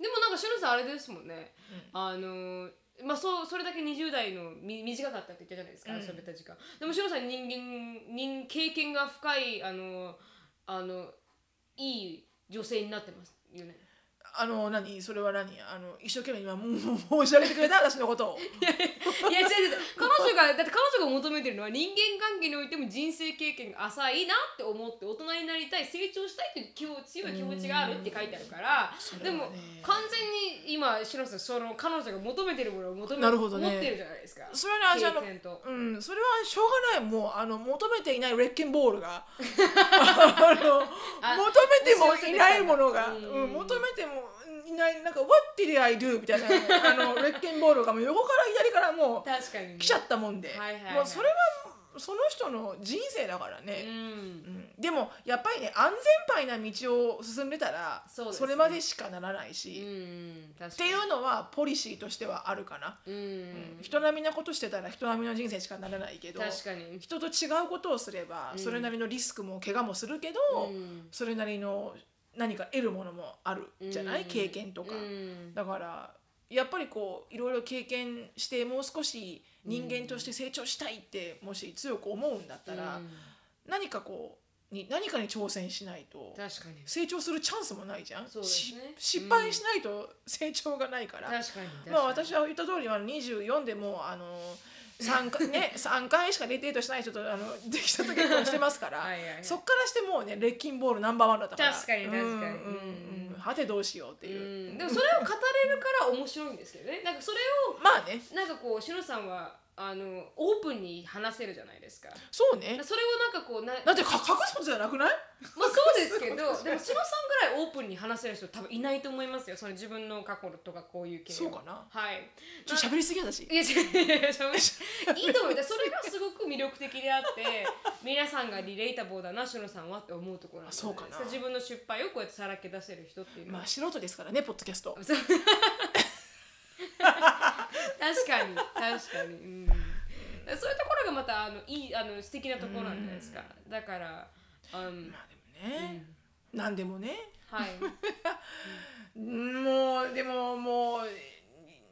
Speaker 1: でもなんかしのさんあれですもんね、
Speaker 2: う
Speaker 1: あのまあそうそれだけ20代のみ短かったって言ったじゃないですか、
Speaker 2: うん
Speaker 1: 遊べた時間でもしのさん人間人経験が深いあのあのいい女性になってますよね
Speaker 2: あの何それは何あの一生懸命今もう申し上げてくれた私のことを。
Speaker 1: いや違う違う彼女がだって彼女が求めてるのは人間関係においても人生経験が浅いなって思って大人になりたい成長したいという気持ち強い気持ちがあるって書いてあるから、
Speaker 2: うん
Speaker 1: でも
Speaker 2: それはね
Speaker 1: 完全に今白瀬さんその彼女が求めてるものを求め
Speaker 2: なるほどね
Speaker 1: 持ってるじゃないですか
Speaker 2: それはね私あの
Speaker 1: 経験と
Speaker 2: うん、それはしょうがないもうあの求めていないレッケンボール があの
Speaker 1: あ
Speaker 2: 求めてもいないものが、
Speaker 1: う
Speaker 2: うんん求めてもいないなんか「What did I do?」みたいなあのレッケンボールがもう横から左からも
Speaker 1: 確かにね
Speaker 2: う来ちゃったもんで、
Speaker 1: はいはいはい
Speaker 2: もうそれはその人の人生だから
Speaker 1: う
Speaker 2: ね、
Speaker 1: ん
Speaker 2: うんでもやっぱりね安全牌な道を進んでたら
Speaker 1: そうですね
Speaker 2: れまでしかならないうし、
Speaker 1: ん確
Speaker 2: っ
Speaker 1: か
Speaker 2: て
Speaker 1: に
Speaker 2: いうのはポリシーとしてはあるかな。
Speaker 1: う
Speaker 2: うん
Speaker 1: ん
Speaker 2: 人並みなことしてたら人並みの人生しかならないけど
Speaker 1: 確かに
Speaker 2: 人と違うことをすれば、
Speaker 1: うん
Speaker 2: それなりのリスクも怪我もするけど、
Speaker 1: うん
Speaker 2: それなりの何か得るものもあるじゃない、
Speaker 1: うん
Speaker 2: 経験とか、
Speaker 1: うん
Speaker 2: だからやっぱりこういろいろ経験してもう少し人間として成長したいってもし強く思うんだったら、
Speaker 1: うん
Speaker 2: 何かこうに何かに挑戦しないと
Speaker 1: 確かに
Speaker 2: 成長するチャンスもないじゃん、
Speaker 1: そうですね
Speaker 2: し
Speaker 1: うん
Speaker 2: 失敗しないと成長がないから、
Speaker 1: 確かに確かに
Speaker 2: まあ私は言った通りあの24でもうあの3 回ね三回しかデートしない人とあのできたと結婚してますから
Speaker 1: はいはいはい
Speaker 2: そっからしてもうねレッキンボールナンバーワンだったから
Speaker 1: 確かに確かに
Speaker 2: うんうん
Speaker 1: うん
Speaker 2: うんはてどうしようっていう、
Speaker 1: うんでもそれを語れるから面白いんですけどねなんかそれを
Speaker 2: まあね
Speaker 1: なんかこうしのさんはあのオープンに話せるじゃないですか
Speaker 2: そうね
Speaker 1: それをなんかこう な
Speaker 2: だってか隠すことじゃなくない
Speaker 1: まあそうですけどでもしのさんぐらいオープンに話せる人多分いないと思いますよその自分の過去とかこういう経
Speaker 2: そうかな
Speaker 1: はい
Speaker 2: ちょっと喋りすぎ私
Speaker 1: いや違ういやいや喋んないいいと思うよそれがすごく魅力的であって 皆さんがリレータボーだなしのさんはって思うところなんじゃいです
Speaker 2: あそうかな
Speaker 1: 自分の失敗をこうやってさらけ出せる人っていうのは
Speaker 2: まあ素人ですからねポッドキャスト
Speaker 1: そう確かに確かに、うん、だからそういうところがまたあのいいあの素敵なところなんじゃないですか、だから、うん
Speaker 2: まあでもね、なんでもね
Speaker 1: はい
Speaker 2: もうでももう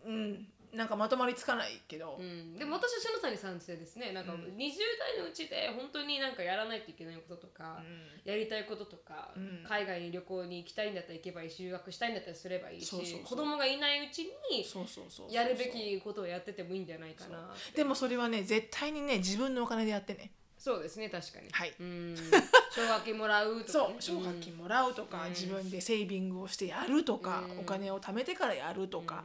Speaker 2: うんなんかまとまりつかないけど、
Speaker 1: うん、でも私はしのさんに賛成ですねなんか20代のうちで本当になんかやらないといけないこととか、やりたいこととか、
Speaker 2: うん
Speaker 1: 海外に旅行に行きたいんだったら行けばいいし留学したいんだったらすればいいし
Speaker 2: そうそうそう
Speaker 1: 子供がいないうちに
Speaker 2: そうそうそうそう
Speaker 1: やるべきことをやっててもいいんじゃないかなって
Speaker 2: でもそれはね絶対にね自分のお金でやってね
Speaker 1: そうですね確かに、
Speaker 2: はい
Speaker 1: うん奨学金もらうとか
Speaker 2: そ
Speaker 1: ね、
Speaker 2: う奨学金もらうとか、自分でセービングをしてやるとか、お金を貯めてからやるとか、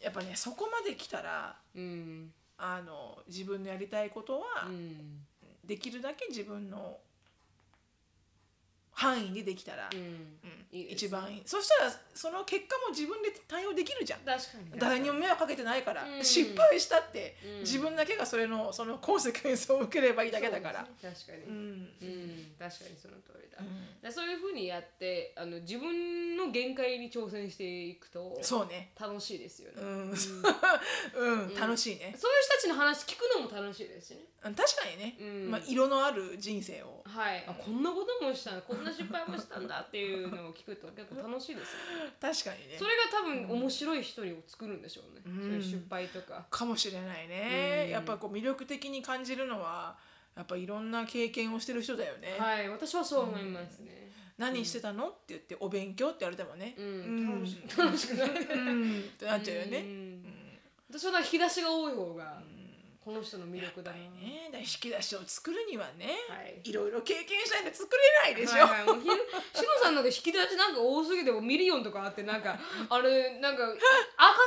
Speaker 2: やっぱねそこまで来たら
Speaker 1: うん
Speaker 2: あの自分のやりたいこと
Speaker 1: う
Speaker 2: は
Speaker 1: ん
Speaker 2: できるだけ自分の範囲でできたら、
Speaker 1: う
Speaker 2: うん
Speaker 1: んいいです
Speaker 2: 一番いいそしたらその結果も自分で対応できるじゃん
Speaker 1: 確かに
Speaker 2: 誰にも迷惑かけてないから、
Speaker 1: うん
Speaker 2: 失敗したって、
Speaker 1: うん
Speaker 2: 自分だけがそれのそのコンセクエンスを受ければいいだけだから。
Speaker 1: そうですね確
Speaker 2: う
Speaker 1: かに、
Speaker 2: ん
Speaker 1: うん確かにその通りだ、
Speaker 2: うん
Speaker 1: でそういうふうにやってあの自分の限界に挑戦していくと
Speaker 2: そうね。
Speaker 1: 楽しいですよね、
Speaker 2: う、
Speaker 1: そうん
Speaker 2: うん、楽しいね。
Speaker 1: いう人たちの話聞くのも楽しいですしね
Speaker 2: 確かにね、
Speaker 1: うん
Speaker 2: まあ色のある人生を。
Speaker 1: はい、あこんなこともしたこんな失敗もしたんだっていうのを聞くと結構楽しいですよね
Speaker 2: 確かにね
Speaker 1: そ。れが多分面白い一人を作るんでしょうね、
Speaker 2: うん
Speaker 1: そういう失敗とか
Speaker 2: かもしれないね。
Speaker 1: うん
Speaker 2: やっぱこう魅力的に感じるのは、やっぱいろんな経験をしてる人だよね。
Speaker 1: はい私はそう思いますね、
Speaker 2: 何してたのって言ってお勉強って言われてもね。
Speaker 1: うん
Speaker 2: うん
Speaker 1: 楽し楽しくない
Speaker 2: うんって なっちゃうよ
Speaker 1: う
Speaker 2: ね。
Speaker 1: ん私はだから引き出しが多い方がこの人の魅力だな
Speaker 2: やっぱりね、だから引き出しを作るにはね、
Speaker 1: はい
Speaker 2: いろいろ経験しないと作れないでしょ。
Speaker 1: はいはい、もうひろしのさんなんか引き出しなんか多すぎてもうミリオンとかあってなん かあれなんかあ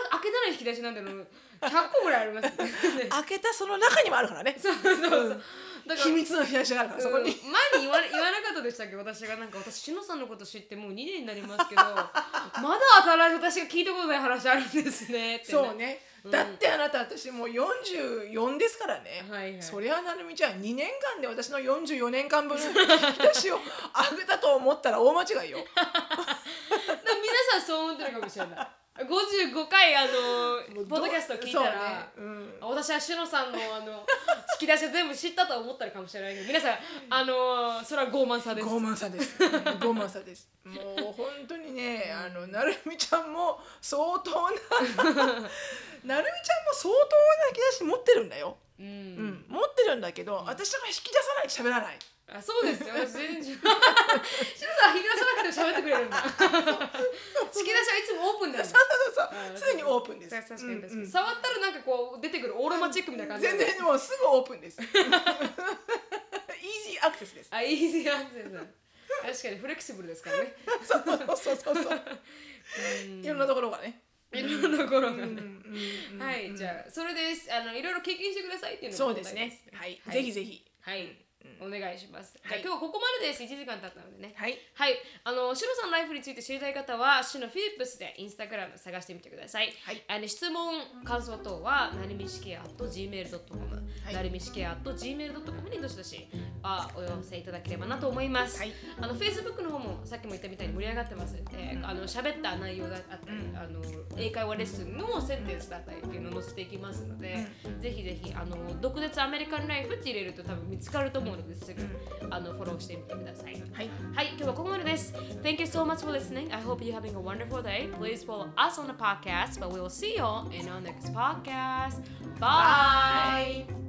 Speaker 1: か開けたら引き出しなんだろう100個ぐらいあります ね
Speaker 2: 開けたその中にもあるからね。
Speaker 1: そうそうそう、だから
Speaker 2: 秘密の引き出しがあるから、そこに。
Speaker 1: うん前に言われ言わなかったでしたっけ私がなんか私しのさんのこと知ってもう2年になりますけどまだ新しい私が聞いたことない話あるんですねって
Speaker 2: そうね、
Speaker 1: うん
Speaker 2: だってあなた私もう44ですからね、
Speaker 1: はいはい
Speaker 2: そりゃなるみちゃん2年間で私の44年 間分の引き出しを開けたと思ったら大間違い
Speaker 1: で
Speaker 2: よ
Speaker 1: も皆さんそう思ってるかもしれない55回あのポッドキャスト聞いたら、
Speaker 2: そうねうん
Speaker 1: 私はしのさんのあ の引き出しを全部知ったと思ったるかもしれないけど皆さんあのそれは傲慢さです
Speaker 2: 傲慢さです うん傲慢さですもう本当にねあのなるみちゃんも相当 ななるみちゃんも相当な引き出し持ってるんだよ、
Speaker 1: う
Speaker 2: うんん、持ってるんだけど、私が引き出さないと喋らない
Speaker 1: あそうですよ私全然しのさんは引き出さなくても喋ってくれるんだ引き出しはいつもオープンだよね
Speaker 2: そうそう
Speaker 1: う
Speaker 2: そ
Speaker 1: ん
Speaker 2: う常にオープンです
Speaker 1: 確かに確かに、
Speaker 2: うんうん
Speaker 1: 触ったらなんかこう出てくるオーロマチックみたいな感じ
Speaker 2: 全然もうすぐオープンです イージーアクセス です
Speaker 1: あイージーアクセスだ確かにフレキシブルですからね
Speaker 2: そうそうそうそうそう
Speaker 1: うん
Speaker 2: いろんなところがね
Speaker 1: いろんなところがね、
Speaker 2: うん
Speaker 1: はい、じゃあそれですあのいろいろ経験してくださいっていうのが
Speaker 2: そう
Speaker 1: 答え
Speaker 2: ですねはい、
Speaker 1: はい
Speaker 2: ぜひぜひ
Speaker 1: はい、お願いします、
Speaker 2: はい
Speaker 1: じゃあ今日はここまでです1時間経ったのでね
Speaker 2: はい
Speaker 1: はい、あのシロさんのライフについて知りたい方はシのフィリップスでインスタグラム探してみてください、
Speaker 2: はい
Speaker 1: あの質問感想等はなるみしけや .gmail.com、
Speaker 2: はい
Speaker 1: なるみしけや .gmail.com にどしどしあお寄せいただければなと思います、
Speaker 2: はい
Speaker 1: あの Facebook の方もさっきも言ったみたいに盛り上がってますので、あの喋った内容だったり、あの英会話レッスンのセンテンスだったりっていうのを載せていきますので、ぜひぜひあの独立アメリカンライフって入れると多分見つかると思うのですぐ、あのフォローしてみてください
Speaker 2: はい
Speaker 1: はい、今日はここまでです。Thank you so much for listening. I hope you're having a wonderful day. Please follow us on the podcast, but we will see you all in our next podcast. Bye.